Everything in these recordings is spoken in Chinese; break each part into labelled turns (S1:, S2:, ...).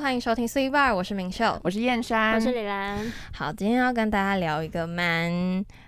S1: 欢迎收听 C Bar，我是明秀。
S2: 我是燕山，
S3: 我是李兰，
S1: 好，今天要跟大家聊一个蛮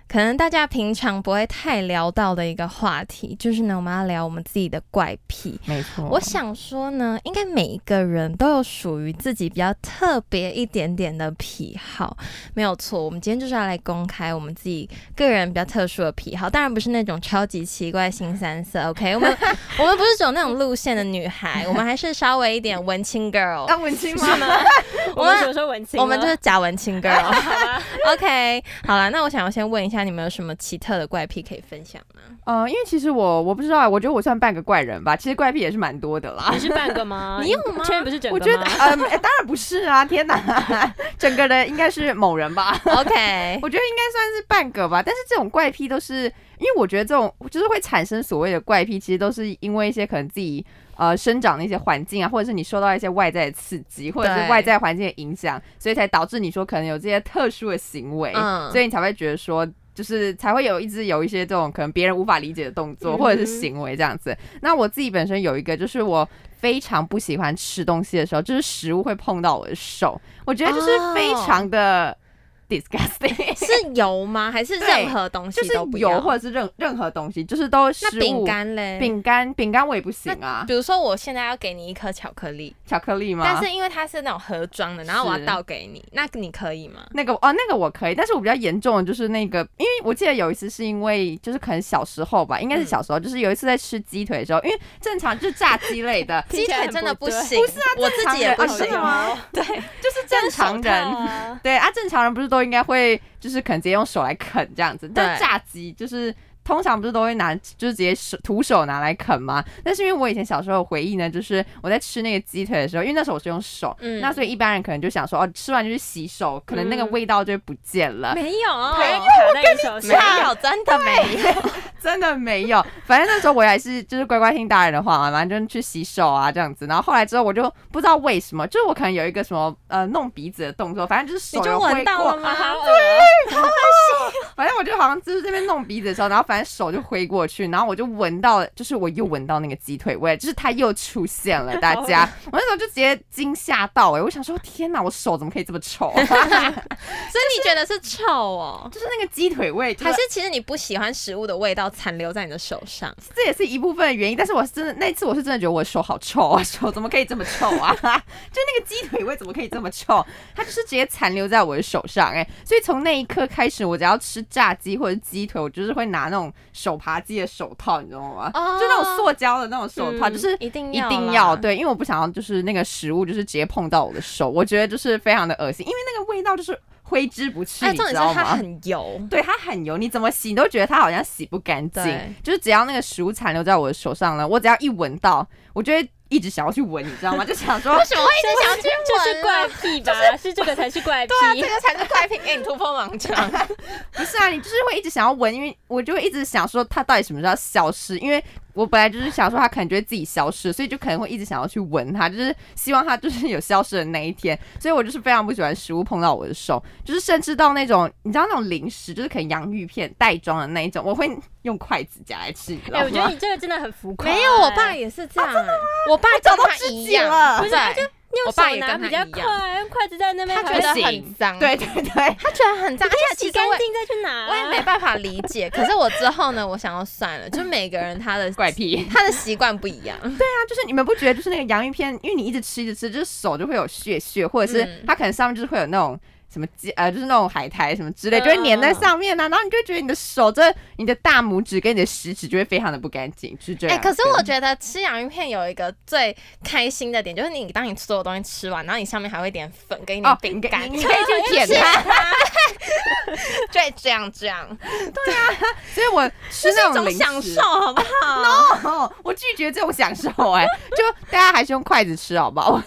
S1: 可能大家平常不会太聊到的一个话题，就是呢，我们要聊我们自己的怪癖。
S2: 没错。
S1: 我想说呢，应该每一个人都有属于自己比较特别一点点的癖好，没有错。我们今天就是要来公开我们自己个人比较特殊的癖好，当然不是那种超级奇怪新三色。OK，我们 我们不是走那种路线的女孩，我们还是稍微一点文青 girl。
S2: 要文青吗？
S3: 我们什么时候文青了？
S1: 我们就是假文青 girl。
S3: 好吧，
S1: OK，好了，那我想要先问一下，你们有什么奇特的怪癖可以分享吗？
S2: 呃，因为其实我我不知道，啊我觉得我算半个怪人吧。其实怪癖也是蛮多的啦
S3: 你。是半个 吗？
S1: 你有吗
S3: 确认不是整个
S2: 我觉得，呃，哎当然不是啊！天哪， 整个人应该是某人吧？
S1: ？OK，
S2: 我觉得应该算是半个吧。但是这种怪癖都是，因为我觉得这种就是会产生所谓的怪癖，其实都是因为一些可能自己呃生长的一些环境啊，或者是你受到一些外在的刺激，或者
S1: 对
S2: 是外在环境的影响，所以才导致你说可能有这些特殊的行为，
S1: 嗯
S2: 所以你才会觉得说。就是才会有一直有一些这种可能别人无法理解的动作
S3: 嗯哼
S2: 或者是行为这样子。那我自己本身有一个，就是我非常不喜欢吃东西的时候，就是食物会碰到我的手，我觉得就是非常
S1: 哦
S2: 的 disgusting，、
S1: 是油吗？还是
S2: 对
S1: 任何东
S2: 就
S1: 西都不
S2: 是
S1: 要？
S2: 油或者是任任何东西，就是都食
S1: 那饼、
S2: 物。
S1: 干嘞？
S2: 饼干、饼干我也不行啊，
S1: 比如说我现在要给你一颗巧克力，
S2: 巧克力吗？
S1: 但是因为它是那种盒装的，然后我要
S2: 是
S1: 倒给你，那你可以吗？，
S2: 那个哦，那个我可以，但是我比较严重的就是那个，因为我记得有一次是因为就是可能小时候吧，应该是小时候，就是有一次在吃鸡腿的时候，因 为正常嗯就是炸鸡类的
S1: 鸡腿真的行，
S2: 不
S1: 是啊，我自己也不
S2: 正常人
S1: 行
S2: 啊是。吗？
S1: 对，
S2: 就是正常人。
S3: 人
S2: 对啊，正常人不是都应该会就是可能直接用手来啃这样子，但
S1: 对
S2: 炸鸡就是通常不是都会拿就是直接手徒手拿来啃吗？ 但是因为我以前小时候的回忆呢，就是我在吃那个鸡腿的时候，因为那时候我是用手，
S1: 嗯
S2: 那所以一般人可能就想说哦，吃完就去洗手，可能那个
S3: 嗯
S2: 味道就不见了。
S1: 没有，
S3: 没有，卡在你手
S1: 没
S3: 上，
S1: 有，真的没有。
S2: 真的没有。反正那时候我也是就是乖乖听大人的话嘛，反正就去洗手啊这样子。然后后来之后我就不知道为什么，就是我可能有一个什么呃弄鼻子的动作，反正就是手
S1: 你就
S2: 有挥
S1: 闻到
S2: 过
S1: 了 吗？
S3: 好恶
S2: 反正我就好像就是这边弄鼻子的时候，然后反正手就挥过去，然后我就闻到，就是我又闻到那个鸡腿味，就是它又出现了。大 家，我那时候就直接惊吓到哎、我想说天哪，我手怎么可以这么臭、
S1: 所以你觉得是臭哦？
S2: 就是那个鸡腿味，就
S1: 还是其实你不喜欢食物的味道残留在你的手上？
S2: 这也是一部分的原因。但是我是真的那一次我是真的觉得我手好臭啊， 手怎么可以这么臭啊？ 就那个鸡腿味怎么可以这么臭？它就是直接残留在我的手上哎、所以从那一刻开始，我只要吃炸鸡或者鸡腿，我就是会拿那种手扒鸡的手套，你知道吗？
S1: 哦
S2: 就那种塑胶的那种手套，
S3: 嗯
S2: 就是。
S1: 一定
S2: 一
S1: 要啊
S2: 定
S1: 啦
S2: 要对，因为我不想要就是那个食物就是直接碰到我的手，我觉得就是非常的恶心，因为那个味道就是挥之不去，
S1: 哎，
S2: 你
S1: 重
S2: 知
S1: 点
S2: 道
S1: 是它
S2: 吗？
S1: 很油，
S2: 对，它很油，你怎么洗你都觉得它好像洗不干净
S1: 对。
S2: 就是只要那个食物残留在我的手上呢，我只要一闻到，我就会一直想要去闻，你知道 吗？就想 说，
S1: 为什么会一直想要去
S3: 这
S1: 闻
S3: 是
S1: 啊
S3: 怪癖吧？是这个才 是怪癖。
S1: 这个才是怪癖，给你突破盲肠。
S2: 不是啊，你就是会一直想要闻，因为我就会一直想说它到底什么时候消失，因为我本来就是想说它可能就会自己消失，所以就可能会一直想要去闻它，就是希望它就是有消失的那一天。所以我就是非常不喜欢食物碰到我的手，就是甚至到那种你知道那种零食，就是可能洋芋片袋装的那一种，我会用筷子夹来吃，你知道
S3: 哎，
S2: 吗？
S3: 我觉得你这个真的很浮 夸。哎
S1: 没有，我爸也是这 样，我爸
S2: 找
S1: 跟
S2: 到
S1: 他
S2: 知
S1: 一
S2: 己
S1: 样，
S2: 了
S1: 不
S3: 不
S1: 是
S3: 是
S1: 他
S3: 他
S1: 就
S3: 就
S1: 我
S3: 用
S1: 爸
S3: 手
S1: 也
S3: 拿
S1: 跟他
S3: 比较
S1: 一样，
S3: 快，用筷子在那边
S1: 他
S3: 还
S1: 觉
S3: 会
S1: 得
S2: 不
S1: 很
S2: 行
S1: 脏，
S2: 对，对 对，
S1: 他觉得很脏，而且其
S3: 洗
S1: 实
S3: 干
S1: 我
S3: 净再去拿。啊
S1: 我也没办法理解。可是我之后呢，我想要算了，就每个人他的
S2: 怪癖。
S1: 他的习惯不一样，
S2: 啊，就是你们不觉得就是那个洋芋片，因为你一直吃一直吃，就是手就会有屑屑，或
S1: 嗯
S2: 者是它可能上面就是会有那种。什么鸡呃，就是那种海苔什么之类，
S3: 嗯
S2: 就会粘在上面呐、啊，然后你就会觉得你的手，这你的大拇指跟你的食指就会非常的不干净，是这
S1: 哎、
S2: 样。
S1: 可是我觉得吃洋芋片有一个最开心的点，就是你当你所有东西吃完，然后你上面还会一点粉跟一
S2: 哦
S1: 点，饼
S2: 饼
S1: 干，
S2: 干，你可以 去舔它，
S1: 对，这样这样，
S2: 所以我
S1: 这
S2: 吃
S1: 是
S2: 那
S1: 一种
S2: 零
S1: 享
S2: 食
S1: 受，，好不 好？
S2: 哦，我拒绝这种享受、哎， 就大家还是用筷子吃好 不好？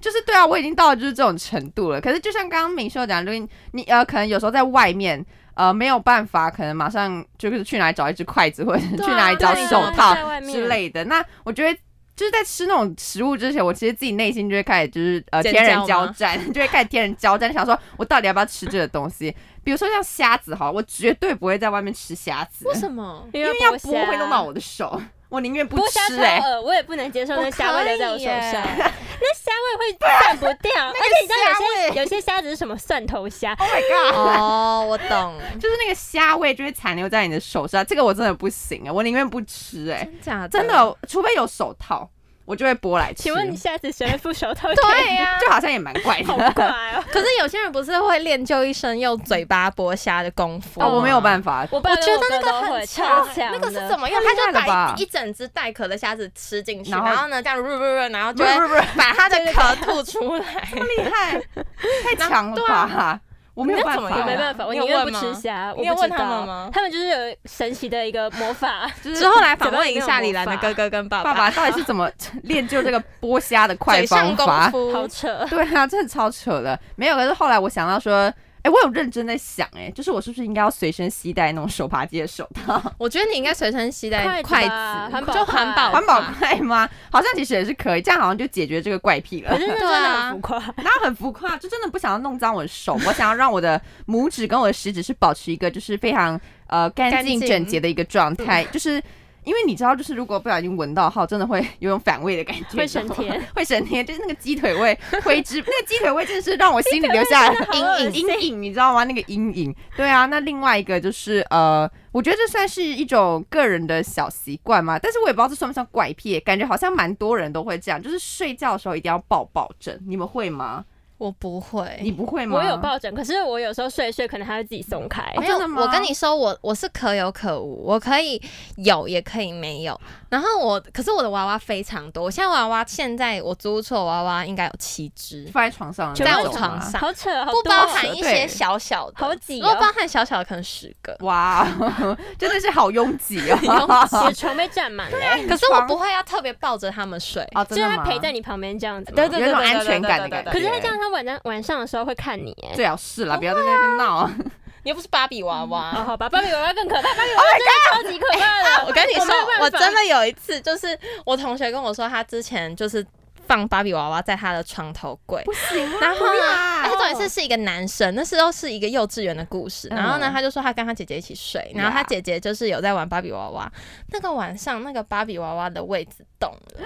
S2: 就是对啊，我已经到了就是这种程度了。可是就像刚刚明秀讲，就是你呃，可能有时候在外面。呃，没有办法，可能马上就是去哪里找一只筷子，或者是
S3: 对啊
S2: 去哪里找
S1: 对啊
S2: 手套
S3: 在外面
S2: 之类的。那我觉得就是在吃那种食物之前，我其实自己内心就会开始就是呃
S1: 尖
S2: 天人
S1: 叫
S2: 交
S1: 吗
S2: 战， 就会开始天人交战，想说我到底要不要吃这个东西？比如说像虾子哈，我绝对不会在外面吃虾子，
S1: 为什么？
S3: 因
S2: 因为
S3: 为
S2: 要
S3: 剥
S2: 剥会弄到
S3: 我。
S2: 我的手。 我宁愿不
S3: 剥虾
S2: 吃
S3: 超
S2: 哎、
S3: 耳，我也不能接受那虾味留在我手
S1: 欸我
S3: 上
S1: 可以，
S3: 那虾味会散不掉，而且你知道有
S2: 虾味
S3: 些有些虾子是什么蒜头虾，
S2: Oh my god！
S1: 哦，我懂，
S2: 就是那个虾味就会残留在你的手上，这个我真的不行啊，我宁愿不吃哎、
S1: 真假的？
S2: 真的，除非有手套，我就会剥来吃。
S3: 请问你下次谁会付 手套？
S1: 对呀、
S2: 就好像也蛮怪
S3: 好
S2: 的。
S3: 怪哦！
S1: 可是有些人不是会练就一身用嘴巴剥虾的功夫
S2: 哦，我没有办
S1: 法。
S2: 法，
S3: 我
S1: 我
S3: 爸
S1: 啊觉
S3: 跟
S1: 得那
S3: 哥
S1: 个
S3: 都会
S1: 很
S3: 超
S1: 强，
S3: 强
S1: 那
S3: 的，
S1: 个是怎么样？他
S2: 太厉害
S1: 就
S2: 了吧
S1: 把一一整只带壳的虾子吃进去，
S2: 然后
S1: 然后呢，这样润润润，然后就
S2: 不
S1: 会
S2: 是不是
S1: 把它的壳吐出来。
S2: 不是厉害，太强了吧？我没有
S1: 那
S2: 办
S1: 怎么
S2: 法
S1: 样啊
S3: 我没办法，我
S1: 你有
S3: 宁愿不
S1: 问吗
S3: 吃虾。
S1: 你
S3: 我
S1: 有
S3: 不
S1: 问
S3: 知
S1: 他们
S3: 道
S1: 吗
S3: 他们就是有神奇的一个魔 法，
S1: 之后来访问一下李兰的哥哥跟爸
S2: 爸
S1: 爸
S2: 爸到底是怎么 练就这个剥虾的快
S1: 嘴上
S2: 方
S1: 功
S2: 法？
S1: 夫
S3: 好。 扯。
S2: 对啊，真的超扯的。没有，可是后来我想到说，哎、我有认真在想、哎，就是我是不是应该要随身携带那种手扒鸡 的手 套，
S1: 我觉得你应该随身携带筷
S3: 筷子
S1: 子
S3: 吧，环保
S1: 就环保
S3: 筷
S2: 环保
S1: 筷
S2: 筷吗？好像其实也是可以，这样好像就解决这个怪癖了
S3: 可。是那真
S1: 对
S3: 的
S1: 啊
S3: 很浮夸，
S2: 然后很浮夸，就真的不想要弄脏我的手，我想要让我的拇指跟我的食指是保持一个就是非常呃干
S1: 干
S2: 净
S1: 净
S2: 整洁的一个状态，就是。因为你知道，就是如果不小心闻到的话，真的会有种反胃的感觉，
S3: 会升天
S2: 你知道吗， 会升天，就是那个鸡腿味挥之， 那个鸡腿味真的是让我心里留下了
S3: 真的好恶
S2: 阴影，阴影，你知道吗？那个阴影。对啊，那另外一个就是呃，我觉得这算是一种个人的小习惯嘛，但是我也不知道这算不算怪癖，感觉好像蛮多人都会这样，就是睡觉的时候一定要抱抱枕，你们会吗？
S1: 我不会，
S2: 你不会吗？
S3: 哎我有抱枕，可是我有时候睡一睡，可能它会自己松开。
S1: 没有
S2: 真的，吗
S1: 我跟你说，我我是可有可无，我可以有也可以没有。然后我，可是我的娃娃非常多，我现在娃娃现在我租出的娃娃应该有七只，
S2: 放在床上，
S1: 在
S2: 那
S1: 我
S2: 种
S1: 床
S2: 吗。
S1: 上，
S3: 好扯，好
S1: 不
S3: 多
S1: 包
S3: 哦
S1: 含一些
S2: 对
S1: 小小的，
S3: 好挤
S1: 如果
S3: 哦，
S1: 包含小小的可能十个。
S2: 哇，真的是好拥挤
S3: 你的
S2: 哦！
S3: 床被占满了，
S1: 可是我 不会要特别抱着他们睡，
S2: 哦，
S3: 就
S2: 真
S3: 是
S2: 的
S3: 它
S2: 吗？
S3: 陪在你旁边这样子嘛。
S1: 对对
S2: 有一种安全感的感觉。
S3: 可是它这样，它晚上晚上的时候会看你。哎
S2: 最好是啦，不要在那边闹。啊
S1: 你又不是芭比娃娃。
S3: 哦，好吧，芭比娃娃更可怕，芭 比
S2: 哦
S3: 娃娃真的超级可怕的。
S1: 我跟你说
S3: 没有办，法
S1: 我真的有一次，就是我同学跟我说，他之前就是放芭比娃娃在他的床头柜，
S2: 不行 啊，
S1: 然后
S2: 不
S1: 呢
S2: 要
S1: 而且重点是是一个男生，那时候是一个幼稚园的故事。
S2: 嗯
S1: 然后呢，他就说他跟他姐姐一起睡，然后他姐姐就是有在玩芭比娃娃。那个晚上，那个芭比娃娃的位置动 了，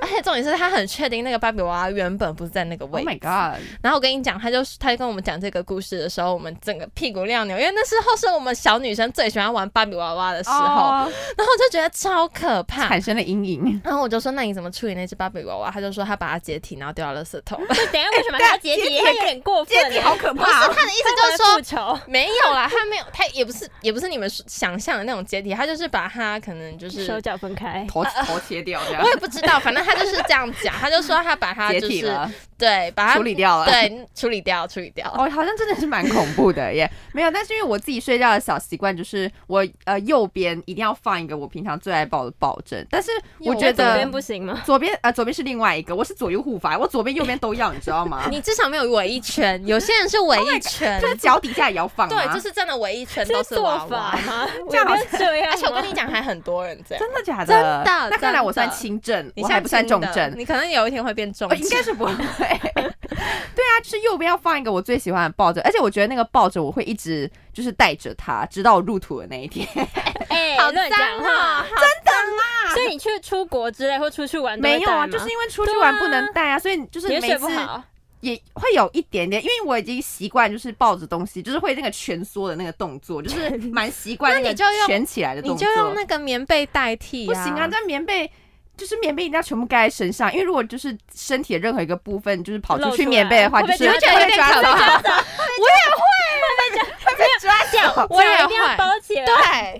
S1: 而且重点是他很确定那个芭比娃娃原本不是在那个
S2: Oh
S1: 位
S2: my
S1: 置。
S2: god！
S1: 然后我跟你讲，他就他就跟我们讲这个故事的时候，我们整个屁股尿扭，因为那时候是我们小女生最喜欢玩芭比娃娃的时候，
S2: 哦
S1: 然后我就觉得超可怕。
S2: 产生了阴影。
S1: 然后我就说：“那你怎么处理那只芭比娃娃？”他就说：“他把它解体，然后丢到垃圾 桶。”
S3: 就哎等一下为什么还要解体？
S2: 哎
S3: 它有点过分
S2: 接
S3: 哎。
S2: 体好可怕
S1: 他
S2: 哦！
S1: 的意
S3: 它
S1: 思就是
S3: 为了
S1: 说
S3: 复，仇，
S1: 没有啦，他没有，他也不是也不是你们想象的那种解体，他就是把他可能就是
S3: 手脚分开。
S2: 头头切掉这样
S1: 我，也不知道，反正他就是这样 讲，他就说他把他
S2: 解
S1: 就
S2: 体
S1: 是
S2: 了，
S1: 对把他
S2: 处理掉了。
S1: 对处理掉处理掉。
S2: 哦，好像真的是蛮恐怖的耶。 没有，但是因为我自己睡觉的小习惯就是我呃右边一定要放一个我平常最爱抱的抱枕，但是我觉
S3: 左
S2: 得
S3: 边不行吗？
S2: 左边呃左边是另外一个，我是左右护法，我左边右边都要，你知道 吗？
S1: 你至少没有围一圈，有些人是围一圈，
S2: 就是脚底下也要放啊
S1: 对，
S2: 吗
S1: 就是真的围一圈
S3: 这
S1: 都
S3: 是
S1: 是
S3: 做
S1: 娃
S3: 法
S1: 娃。
S3: 吗？我
S2: 这样好
S3: 不要这样吗。啊
S1: 而且我 跟你讲，还很多人这样。
S2: 真的假的？
S1: 真的
S2: 那看来我
S1: 真
S2: 算
S1: 的
S2: 轻症，
S1: 你
S2: 我还
S1: 像
S2: 不算重
S1: 轻的
S2: 症。
S1: 你可能有一天会变重
S2: 哦，
S1: 症。
S2: 应该是不会。对啊，就是右边要放一个我最喜欢的抱枕，而且我觉得那个抱枕我会一直就是带着它，直到我入土的那一天。
S3: 哎，
S1: 好
S3: 乱
S1: 脏
S3: 讲话
S1: 啊！。真
S3: 所以你去出国之类或出去玩都会
S2: 没有啊，
S3: 带吗
S2: 就是因为出去
S3: 对
S2: 玩
S3: 啊
S2: 不能带啊，所以就是
S3: 也
S2: 每
S3: 睡不
S2: 次
S3: 好。
S2: 也会有一点点，因为我已经习惯就是抱着东西，就是会那个蜷缩的那个动作，就是蛮习惯
S1: 那
S2: 那个
S1: 你就用
S2: 蜷起来的
S1: 你
S2: 动
S1: 就
S2: 作。
S1: 用那个棉被代替、
S2: 不行啊，这棉被就是棉被一定要全部盖在身上，因为如果就是身体的任何一个部分就是跑出
S3: 露
S2: 去
S3: 出
S2: 棉
S3: 来
S2: 被的话，
S3: 会
S2: 就
S3: 被
S2: 是
S1: 你会觉得有点
S2: 抓
S1: 可
S2: 到，
S1: 怕。
S2: 会被抓走，
S1: 我也
S3: 脚一定要
S1: 会
S3: 包起来。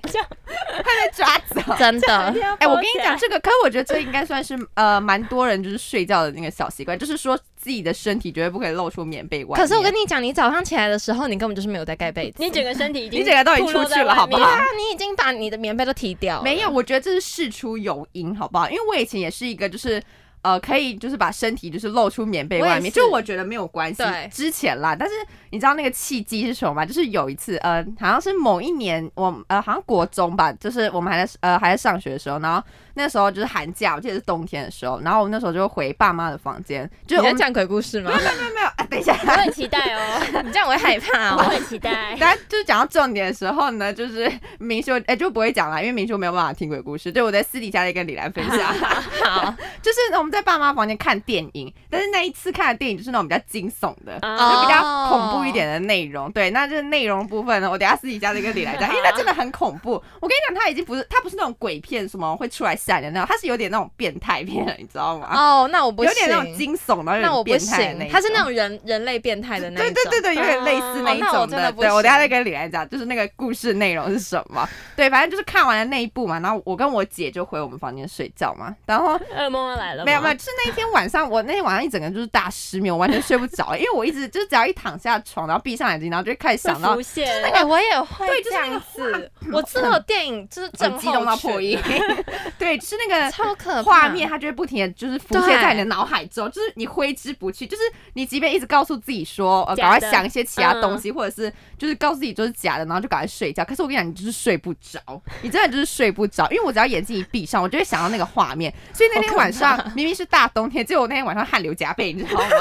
S2: 对，
S3: 这样
S2: 会被抓 走。
S1: 真的
S3: 一定要
S2: 哎、我跟
S3: 包起
S2: 你
S3: 来
S2: 讲，这个，可是我觉得这应该算是呃蛮多人就是睡觉的那个小习惯，就是说自己的身体绝对不可以露出棉被外面。
S1: 可是我跟你讲，你早上起来的时候，你根本就是没有在盖被子，
S3: 你整个身体已经
S2: 你整个都已经
S3: 暴露
S2: 出
S3: 在
S2: 去了
S3: 外
S2: 好不
S1: 对
S3: 面
S2: 好
S1: 啊，你已经把你的棉被都踢掉了，
S2: 没有，我觉得这是事出有因，好不好？因为我以前也是一个就是。呃，可以就是把身体就是露出棉被外
S1: 我也
S2: 面，
S1: 是
S2: 就我觉得没有关系
S1: 对。
S2: 之前啦，但是你知道那个契机是什么吗？就是有一次，呃，好像是某一年，我呃好像国中吧，就是我们还在呃还在上学的时候，然后那时候就是寒假，我记得是冬天的时候，然后我们那时候就回爸妈的房间，
S1: 你
S2: 就是我
S1: 在
S2: 们
S1: 讲鬼故事吗？
S2: 没有啊，等 一下，
S3: 我很期待 哦，
S1: 你这样我会害怕
S3: 我
S1: 哦。
S3: 很期待。
S2: 大家就是讲到重点的时候呢，就是明修哎、就不会讲啦，因为明修没有办法听鬼故事，对我在私底下在跟李兰分 享，
S1: 好，
S2: 就是呢我们在爸妈房间看电影，但是那一次看的电影就是那种比较惊悚的。
S1: 哦
S2: 就比较恐怖一点的内容，对，那就是内容部分呢，我等一下私底下再跟李来讲，因为它真的很恐怖。我跟你讲，它已经不是它不是那种鬼片什么会出来吓人的那种，它是有点那种变态片了，你知道 吗？
S1: 哦，那我不
S2: 有点那种
S1: 行，
S2: 惊悚，然后有
S1: 那我
S2: 点
S1: 不
S2: 变态的
S1: 行
S2: 那，
S1: 他是那
S2: 种
S1: 种人人类变态的那
S2: 对
S1: 一种。
S2: 对对对，有点类似那一
S1: 哦那我
S2: 种
S1: 真的不
S2: 对
S1: 行
S2: 我等一下再跟李兰讲，就是那个故事内容是什 么。对，反正就是看完了那一部嘛，然后我跟我姐就回我们房间睡觉嘛，然后
S3: 噩梦要来了吗，
S2: 没有没有，就是那一天晚上，我那天晚上一整个就是大失眠，我完全睡不着，因为我一直就是只要一躺下床，然后闭上眼睛，然后就开始
S3: 会
S2: 想到
S3: 浮现
S1: 哎、我也会
S2: 对
S1: 这
S2: 就是那
S1: 样
S2: 个
S1: 子。我之后电影就是
S2: 很
S1: 正
S2: 激动
S1: 后
S2: 到
S1: 群
S2: 破音， 对，就是那个
S1: 超可怕
S2: 画面，它就会不停的就是浮现
S1: 对
S2: 在你的脑海中，就是你挥之不去。就是你即便一直告诉自己说，呃，赶
S3: 假的
S2: 快想一些其他东
S1: 嗯
S2: 西，或者是就是告诉自己就是假的，然后就赶快睡觉。可是我跟你讲，你就是睡不着，你真的就是睡不着，因为我只要眼睛一闭上，我就会想到那个画面。所以那天晚上明明是大冬天，结果我那天晚上汗流浃背，你知 道吗？
S1: 也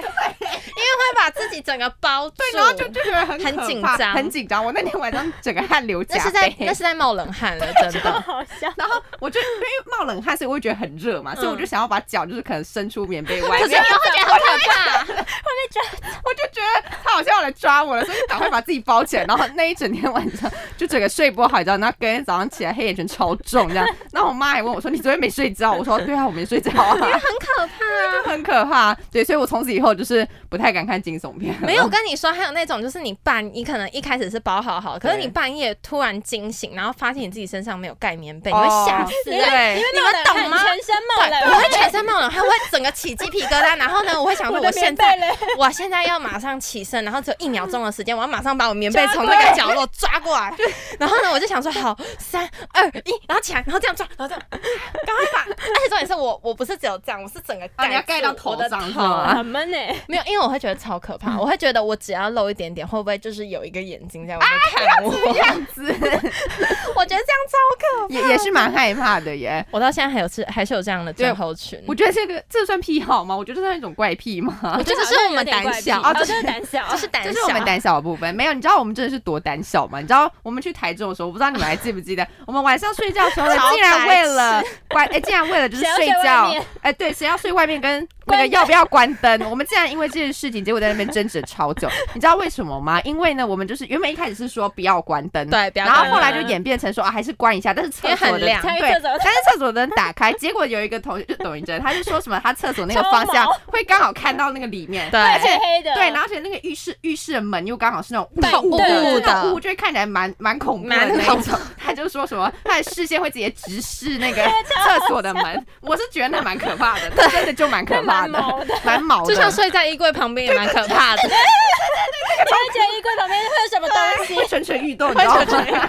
S1: 会， 因为会把自己整个包住。
S2: 对，然后就就觉得很
S1: 很
S2: 可
S1: 紧
S2: 怕
S1: 张
S2: 很紧张。我那天晚上整个汗流浃
S1: 那
S2: 背，
S1: 是在那是在冒冷汗 了，真的。
S3: 好笑。
S2: 然后我就因为冒冷汗，所以我会觉得很热嘛，所以我就想要把脚就是可能伸出棉被外
S1: 嗯 可
S2: 面，
S1: 是你又会觉得好 可怕，
S2: 我就觉得他好像要来抓我了，所以就赶快把自己包起来。然后那一整天晚上就整个睡不好，你知道，然后隔天早上起来黑眼圈超重这样。然后我妈还问我说：“你昨天没睡觉？”我说：“ 对啊，我没睡觉啊。”
S1: 很可怕。啊
S2: 就很可怕，对，所以我从此以后就是不太敢看惊悚片了。
S1: 没
S3: 嗯
S1: 有我跟你说，还有那种就是你半，你可能一开始是包好好，可是
S2: 对
S1: 你半夜突然惊醒，然后发现你自己身上没有盖棉被，你
S2: 哦，
S1: 会吓死。
S2: 对，对
S1: 你们懂吗
S3: 全身冒
S1: 对，
S3: 冷
S1: 我
S3: 汗，
S1: 会全身冒冷汗，我会整个起鸡皮疙瘩。然后呢，我会想说，
S3: 我
S1: 我
S3: 的
S1: 现
S3: 棉
S1: 在
S3: 被嘞，
S1: 我现在要马上起身，然后只有一秒钟的时间，我要马上把我棉被从那个角落抓过 来。然后呢，我就想说，好，三二一，然后起来，然后这样抓，然后这样，赶快把。而且重点是我，我不是只有这样，我是整个
S2: 哦你要盖到
S1: 住
S2: 头
S1: 我的
S2: 上是
S1: 头
S2: 吗
S3: 很闷哎。
S1: 没有，因为我会觉得超可 怕，我会觉得我只要露一点点，会不会就是有一个眼睛在外面看我？
S2: 这样子
S1: 我觉得这样超可怕。
S2: 也也是蛮害怕的耶。
S1: 我到现在还有是还是有这样的症候群，
S2: 我觉得这个这算癖好吗？我觉得这算一种怪癖吗？
S1: 我觉得这是我们胆小，
S3: 啊，
S2: 哦
S3: 这
S2: 这
S3: 是胆小，
S1: 这是胆
S2: 这
S1: 小，
S2: 是我们胆小的部分。没有，你知道我们真的是多胆小吗？你知道我们去台中的时候，我不知道你们还记不记得，我们晚上睡觉的时候呢，
S1: 超
S2: 竟然
S1: 白
S2: 为
S1: 痴
S2: 了关，哎、竟然为了就是
S3: 谁要
S2: 睡
S3: 睡外
S2: 觉
S3: 面，
S2: 哎、对，谁要睡外面跟那个
S3: 关
S2: 要不要关灯，我们竟然因为这件事情，结果在那边争执了超久。你知道为什么吗？因为呢，我们就是原本一开始是说不要关灯，
S1: 对不要
S2: 然后
S1: 关
S2: 后来就
S3: 灯
S2: 演变成说啊，还是关一下，但是
S1: 因
S2: 厕
S1: 为很
S2: 所的
S1: 亮
S2: 对，
S3: 因为厕所
S2: 但是厕所灯打开，结果有一个同学就董一真，他就说什么他厕所那个
S3: 超
S2: 方向
S3: 毛
S2: 会刚好看到那个里面，
S1: 对
S3: 而且黑的，
S2: 对，然后而且那个浴室浴室的门又刚好是那种雾
S1: 对
S2: 雾
S1: 雾
S2: 就
S1: 的
S2: 是那种雾就会看起来蛮蛮恐怖的
S1: 蛮
S2: 那
S1: 恐
S2: 一种。他就说什么他的视线会直接直视那个厕所的门，我是觉得那蛮可怕的，那真的就蛮可
S3: 那
S2: 怕
S3: 蛮
S2: 的
S3: 毛的，
S2: 蛮毛
S1: 就
S2: 的。
S1: 像睡在衣柜旁边也蛮可怕的。
S3: 你会觉得衣柜旁边会有什么东西
S2: 会蠢蠢欲动，你知道吗？
S1: 会
S2: 就
S1: 蠢
S2: 会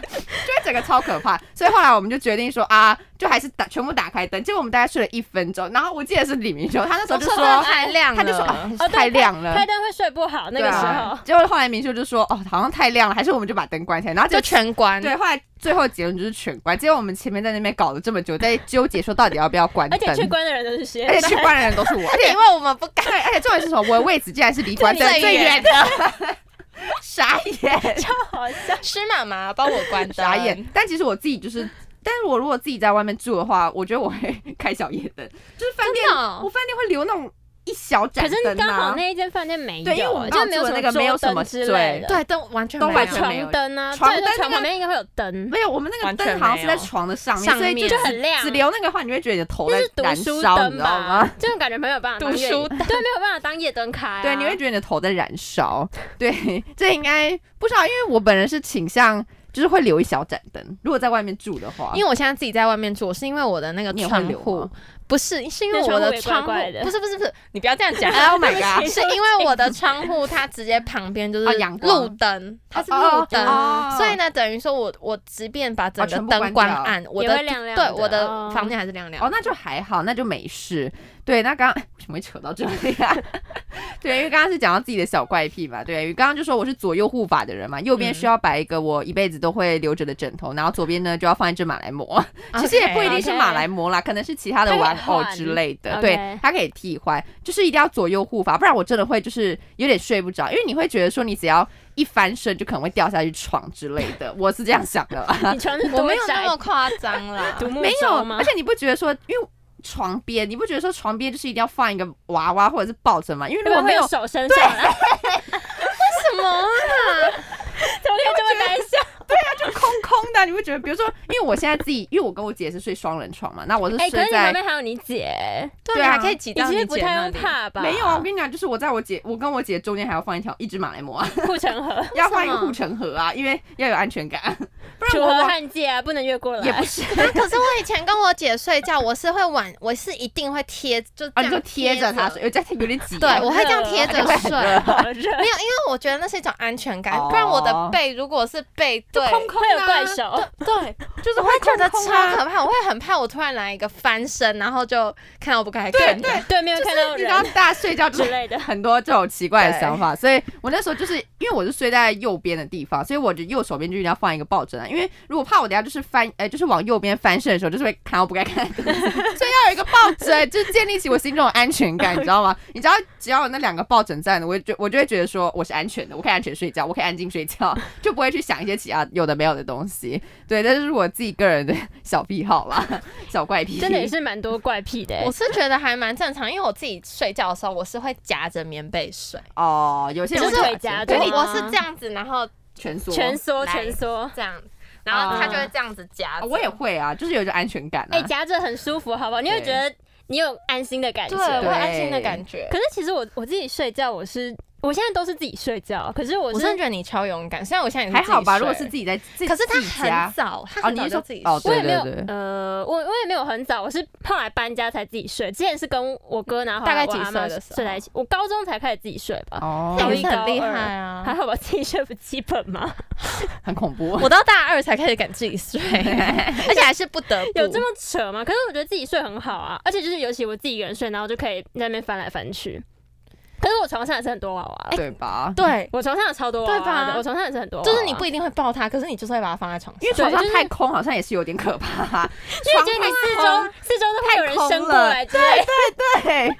S2: 整个超可怕。所以后来我们就决定说啊，就还是打全部打开灯。结果我们大概睡了一分钟，然后我记得是李明修，他那时候就
S1: 厕所
S2: 说。
S1: 哦太亮了，
S2: 他就说、啊、
S3: 哦对
S2: 太亮了，
S3: 开灯会睡不好，那
S2: 对
S3: 个时候
S2: 啊。结果后来明秀就说：“哦，好像太亮了，还是我们就把灯关起来。”然后
S1: 就
S2: 就
S1: 全关。
S2: 对，后来最后结论就是全关。结果我们前面在那边搞了这么久，在纠结说到底要不要关
S3: 而
S2: 灯，
S3: 且去关的人都是学
S2: 而且去关的人都是我，而且
S1: 因为我们不敢。
S2: 对，而且重点是什么？我的位置竟然是离关灯
S1: 最
S2: 最
S1: 远
S2: 远的， 傻眼，
S3: 超好笑。
S1: 施妈妈帮我关灯，
S2: 傻眼。但其实我自己就是。但是我如果自己在外面住的话，我觉得我会 开小夜灯，就是饭店，
S1: 真的哦
S2: 我饭店会留那种一小盏
S3: 可
S2: 灯、啊、
S3: 是刚好那一间饭店没有，
S2: 对因为我们
S3: 就没有
S2: 刚好
S3: 什
S2: 住的那个没有
S3: 桌灯
S2: 什么
S3: 之类的，
S1: 对，都完全
S2: 都
S1: 没有
S2: 完全没有
S3: 床灯啊，
S2: 床
S3: 对
S2: 灯那个
S3: 床旁边应该会有灯，
S2: 没有，我们那个
S1: 完全
S2: 灯好像是
S1: 没有
S2: 在床的上面，
S1: 上
S2: 所以
S1: 面
S2: 就
S3: 就很亮啊
S2: 只。留那个的话，你会觉得你的头在
S3: 就是读
S2: 燃
S3: 书
S2: 烧，你
S3: 灯
S2: 知道吗
S3: 吧？，这种感觉没有办法当夜
S1: 读书
S3: 对，没有办法当夜灯开啊。
S2: 对，你会觉得你的头在燃 烧。对，这应该不知道，因为我本人是倾向就是会留一小盏灯，如果在外面住的话，
S1: 因
S2: 为
S1: 为我现在自己在外面住，是因为我的那个
S2: 你也会
S1: 窗
S2: 留
S1: 户
S2: 吗
S1: 不是，是因为
S3: 那窗
S1: 我
S3: 户
S1: 的
S3: 也
S1: 窗户
S3: 怪怪的
S1: 不是不是不是，你不要这样讲啊
S2: Oh my god！
S1: 是因为我的窗户它直接旁边就是
S2: 哦阳光
S1: 路灯，它是
S2: 哦哦
S1: 路灯，
S2: 哦
S1: 所以呢，等于说我我即便把整
S2: 哦
S1: 个
S2: 全部
S1: 灯关
S2: 关掉
S1: 暗，我
S3: 也
S1: 的
S3: 会亮亮
S1: 对
S3: 的
S1: 我的
S3: 哦
S1: 房间还是亮亮的。
S2: 哦，那就还好，那就没事。对，那刚为什么会扯到这里 啊？对，因为刚刚是讲到自己的小怪癖嘛。对，因为刚刚就说我是左右护法的人嘛，右
S1: 嗯
S2: 边需要摆一个我一辈子都会留着的枕头，然后左边呢就要放一只马来貘。其实也不一
S1: 啊
S2: 定是马来貘啦，可能是其他的玩偶之类的。
S3: 它可以
S2: 对
S3: 换 OK，
S2: 它可以替换，就是一定要左右护法，不然我真的会就是有点睡不着，因为你会觉得说你只要一翻身就可能会掉下去床之类的。我是这样想 的啦。
S3: 你床是
S1: 我
S3: 多
S1: 没有那
S3: 窄
S1: 么夸张 啦。
S3: 独木
S2: 没有
S3: 舟，吗
S2: 而？且你不觉得说，因为床边，你不觉得说床边就是一定要放一个娃娃或者是抱枕吗？因为如
S3: 如
S2: 果
S3: 果
S2: 没
S3: 啊没
S2: 有
S3: 有，手伸上来，
S1: 什么啊？
S3: 昨天就会白 笑。
S2: 就空空的，你不觉得？比如说，因为我现在自己，因为我跟我姐是睡双人床嘛，那我是
S3: 哎，可
S2: 睡
S3: 是你
S2: 在
S3: 旁。边还有你姐，
S1: 对
S2: 对
S1: 啊，
S2: 啊
S1: 还可以挤
S3: 你
S1: 到
S3: 其
S1: 你
S3: 实不
S1: 姐
S3: 太
S1: 那
S3: 用
S1: 里。
S3: 怕吧？
S2: 没有啊，我跟你讲，就是我在我姐，我跟我姐中间还要放一条一只马来貘啊，
S3: 护城河，
S2: 要放一
S1: 为
S2: 个
S1: 什么
S2: 护城河啊，因为要有安全感， 不然
S3: 楚
S2: 我
S3: 河
S2: 我
S3: 汉界啊，不能越过来。
S2: 也不是
S1: 啊 可是我以前跟我姐睡觉，我是会晚，我是一定会贴，就这
S2: 啊，你
S1: 样
S2: 就贴着它睡，有哦这样有点挤。啊
S1: 对，我会这样贴 着睡。
S3: 好热，
S1: 没有，因为我觉得那是一种安全感，
S2: 哦
S1: 不然我的背如果是背 对，
S3: 会有怪手，
S1: 对，
S2: 就是
S1: 我
S2: 会
S1: 会觉得
S2: 啊空空
S1: 超
S2: 啊
S1: 可怕，我会很怕我突然来一个翻身，然后就看到我不该
S2: 对
S1: 看的。
S2: 对，
S3: 对面
S2: 就
S3: 会看到
S2: 是你知道
S3: 人
S2: 大家睡觉就是
S3: 之类的。
S2: 很多这种奇怪的
S1: 对
S2: 想法，所以我那时候就是因为我是睡在右边的地方，所以我的右手边就一定要放一个抱枕啊，因为如果怕我等下就是翻，呃，就是往右边翻身的时候，就是会看到不该看的东西，所以要有一个抱枕，就是建立起我心中的安全感，你知道吗？你知道只要有那两个抱枕在呢，我就我就会觉得说我是安全的，我可以安全睡觉，我可以安静睡觉， 就不会去想一些其他有的没有的东西。对，这是我自己个人的小癖好啦，小怪癖。
S3: 真的也是蛮多怪癖的欸、
S1: 我是觉得还蛮正常，因为我自己睡觉的时候，我是会夹着棉被睡，
S2: 哦，有些人
S1: 就是
S2: 会
S3: 腿夹
S1: 我
S3: 对着
S2: 对
S3: 啊
S1: 我是这样子，然后
S2: 蜷缩，
S3: 蜷缩
S1: 来
S3: 蜷缩。
S1: 这样，然后他就会这样子夹
S2: 啊
S1: 着、
S2: 我也会啊，就是有一种安全感啊。
S3: 哎、夹着很舒服，好不好？你会
S2: 对
S3: 觉得你有安心的感觉。
S1: 对，我有
S2: 对
S1: 安心的感觉
S3: 可。是其实我我自己睡觉，我是我现在都是自己睡觉，可是我
S1: 我
S3: 是
S1: 真的觉得你超勇敢，虽然我现在也是
S2: 还
S1: 自己
S2: 好吧，
S1: 睡
S2: 如果是自己在自己
S1: 可是他
S2: 自己家
S1: 很早，他
S2: 哦，
S1: 很
S2: 你
S1: 早
S2: 是
S1: 就
S2: 说
S1: 自己
S2: 哦，
S1: 睡。
S2: 对
S3: 我也没有
S2: 对对，
S3: 呃，我我也没有很早，我是后来搬家才自己睡。之前是跟我哥然后
S1: 大概
S3: 我
S1: 几
S3: 阿妈
S1: 岁的时候
S3: 睡在一起，我高中才开始自己睡吧。
S2: 哦
S1: 那
S3: 高
S1: 你
S3: 一
S1: 是很
S3: 高
S1: 厉害
S3: 二
S1: 啊！
S3: 还好吧，自己睡不基本吗？
S2: 很恐怖。
S1: 我到大二才开始敢自己睡，而且还是不得不。
S3: 有这么扯吗？可是我觉得自己睡很好啊，而且就是尤其我自己一个人睡，然后就可以在那边翻来翻去。可是我床上也是很多娃娃
S1: 哎
S3: 啦，
S2: 对吧？
S1: 对，
S3: 我床上有超多娃
S1: 对
S3: 娃
S1: 吧
S3: 的我床上也是很多娃啊娃，
S1: 就是你不一定会抱它，可是你就是会把它放在床上
S2: 因。为床上
S3: 就是
S2: 太空好像也是有点 可怕，
S3: 因为
S2: 床
S3: 觉得你四
S2: 太
S3: 周四周都会有人伸过来之类的，
S2: 空对，哎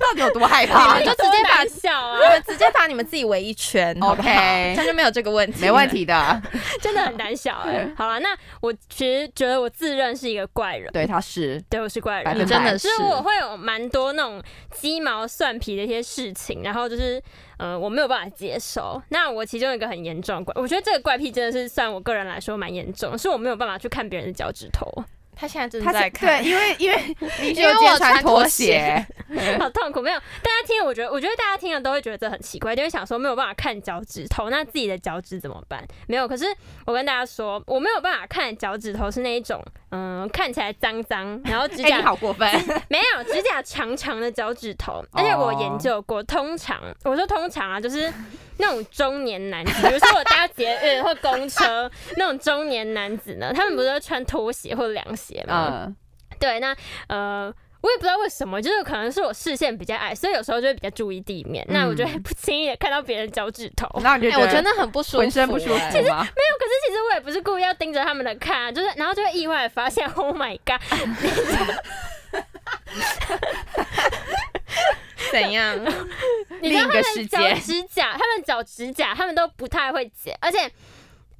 S2: 到底有多害
S1: 你
S2: 怕
S1: 们就直接把
S3: 多难笑啊，
S1: 你们直接把你们自己围一圈好不好
S2: OK
S1: 这样就没有这个问题，
S2: 没问。题的，
S3: 真的很胆小哎、好了，那我其实觉得我自认是一个怪人，
S2: 对，他是
S3: 对，我是怪
S2: 百
S1: 你
S3: 人
S2: 分。
S1: 真
S2: 百
S1: 的
S3: 就是我会有蛮多那种鸡毛蒜皮的一些事情，然后就是，呃，我没有办法接受。那我其中有一个很严重的怪，我觉得这个怪癖真的是算我个人来说蛮严重，是我没有办法去看别人的脚趾头，
S1: 他现在正
S2: 他
S1: 在
S2: 是
S1: 看
S2: 对，，因为因为明
S1: 因为我
S2: 秀今天
S1: 穿
S2: 穿
S1: 拖
S2: 拖
S1: 鞋
S2: 鞋， 嗯
S3: 好痛苦。没有，大家听了，我觉得，我觉得大家听了都会觉得这很奇怪，就会想说没有办法看脚趾头，那自己的脚趾怎么办？没有，可是我跟大家说，我没有办法看脚趾头是那一种，嗯、看起来脏脏，然后指
S2: 哎，
S3: 甲
S2: 你好过分，
S3: 没有指甲长长的脚趾头，而且我
S2: 哦
S3: 研究过，通常我说通常啊，就是那种中年男子，比如说我搭捷运或公车 那种中年男子呢，他们不是都穿拖鞋或凉鞋吗？
S2: 嗯，
S3: 对，那呃。我也不知道为什么，就是可能是我视线比较矮，所以有时候就会比较注意地面。那我就会
S2: 嗯
S3: 不轻易的看到别人脚趾头。
S2: 然后你
S1: 哎，
S2: 就
S1: 我觉
S2: 觉
S1: 得很不舒服，
S2: 浑身不舒
S1: 哎
S2: 服吗？
S3: 可是其实我也不是故意要盯着他们的看、啊，就是然后就会意外地发现，Oh my god，
S1: 怎样？
S3: 你知道
S2: 另一
S3: 他
S2: 个
S3: 们
S2: 世
S3: 脚
S2: 界
S3: 指甲，他们脚指甲，他们都不太会剪，而且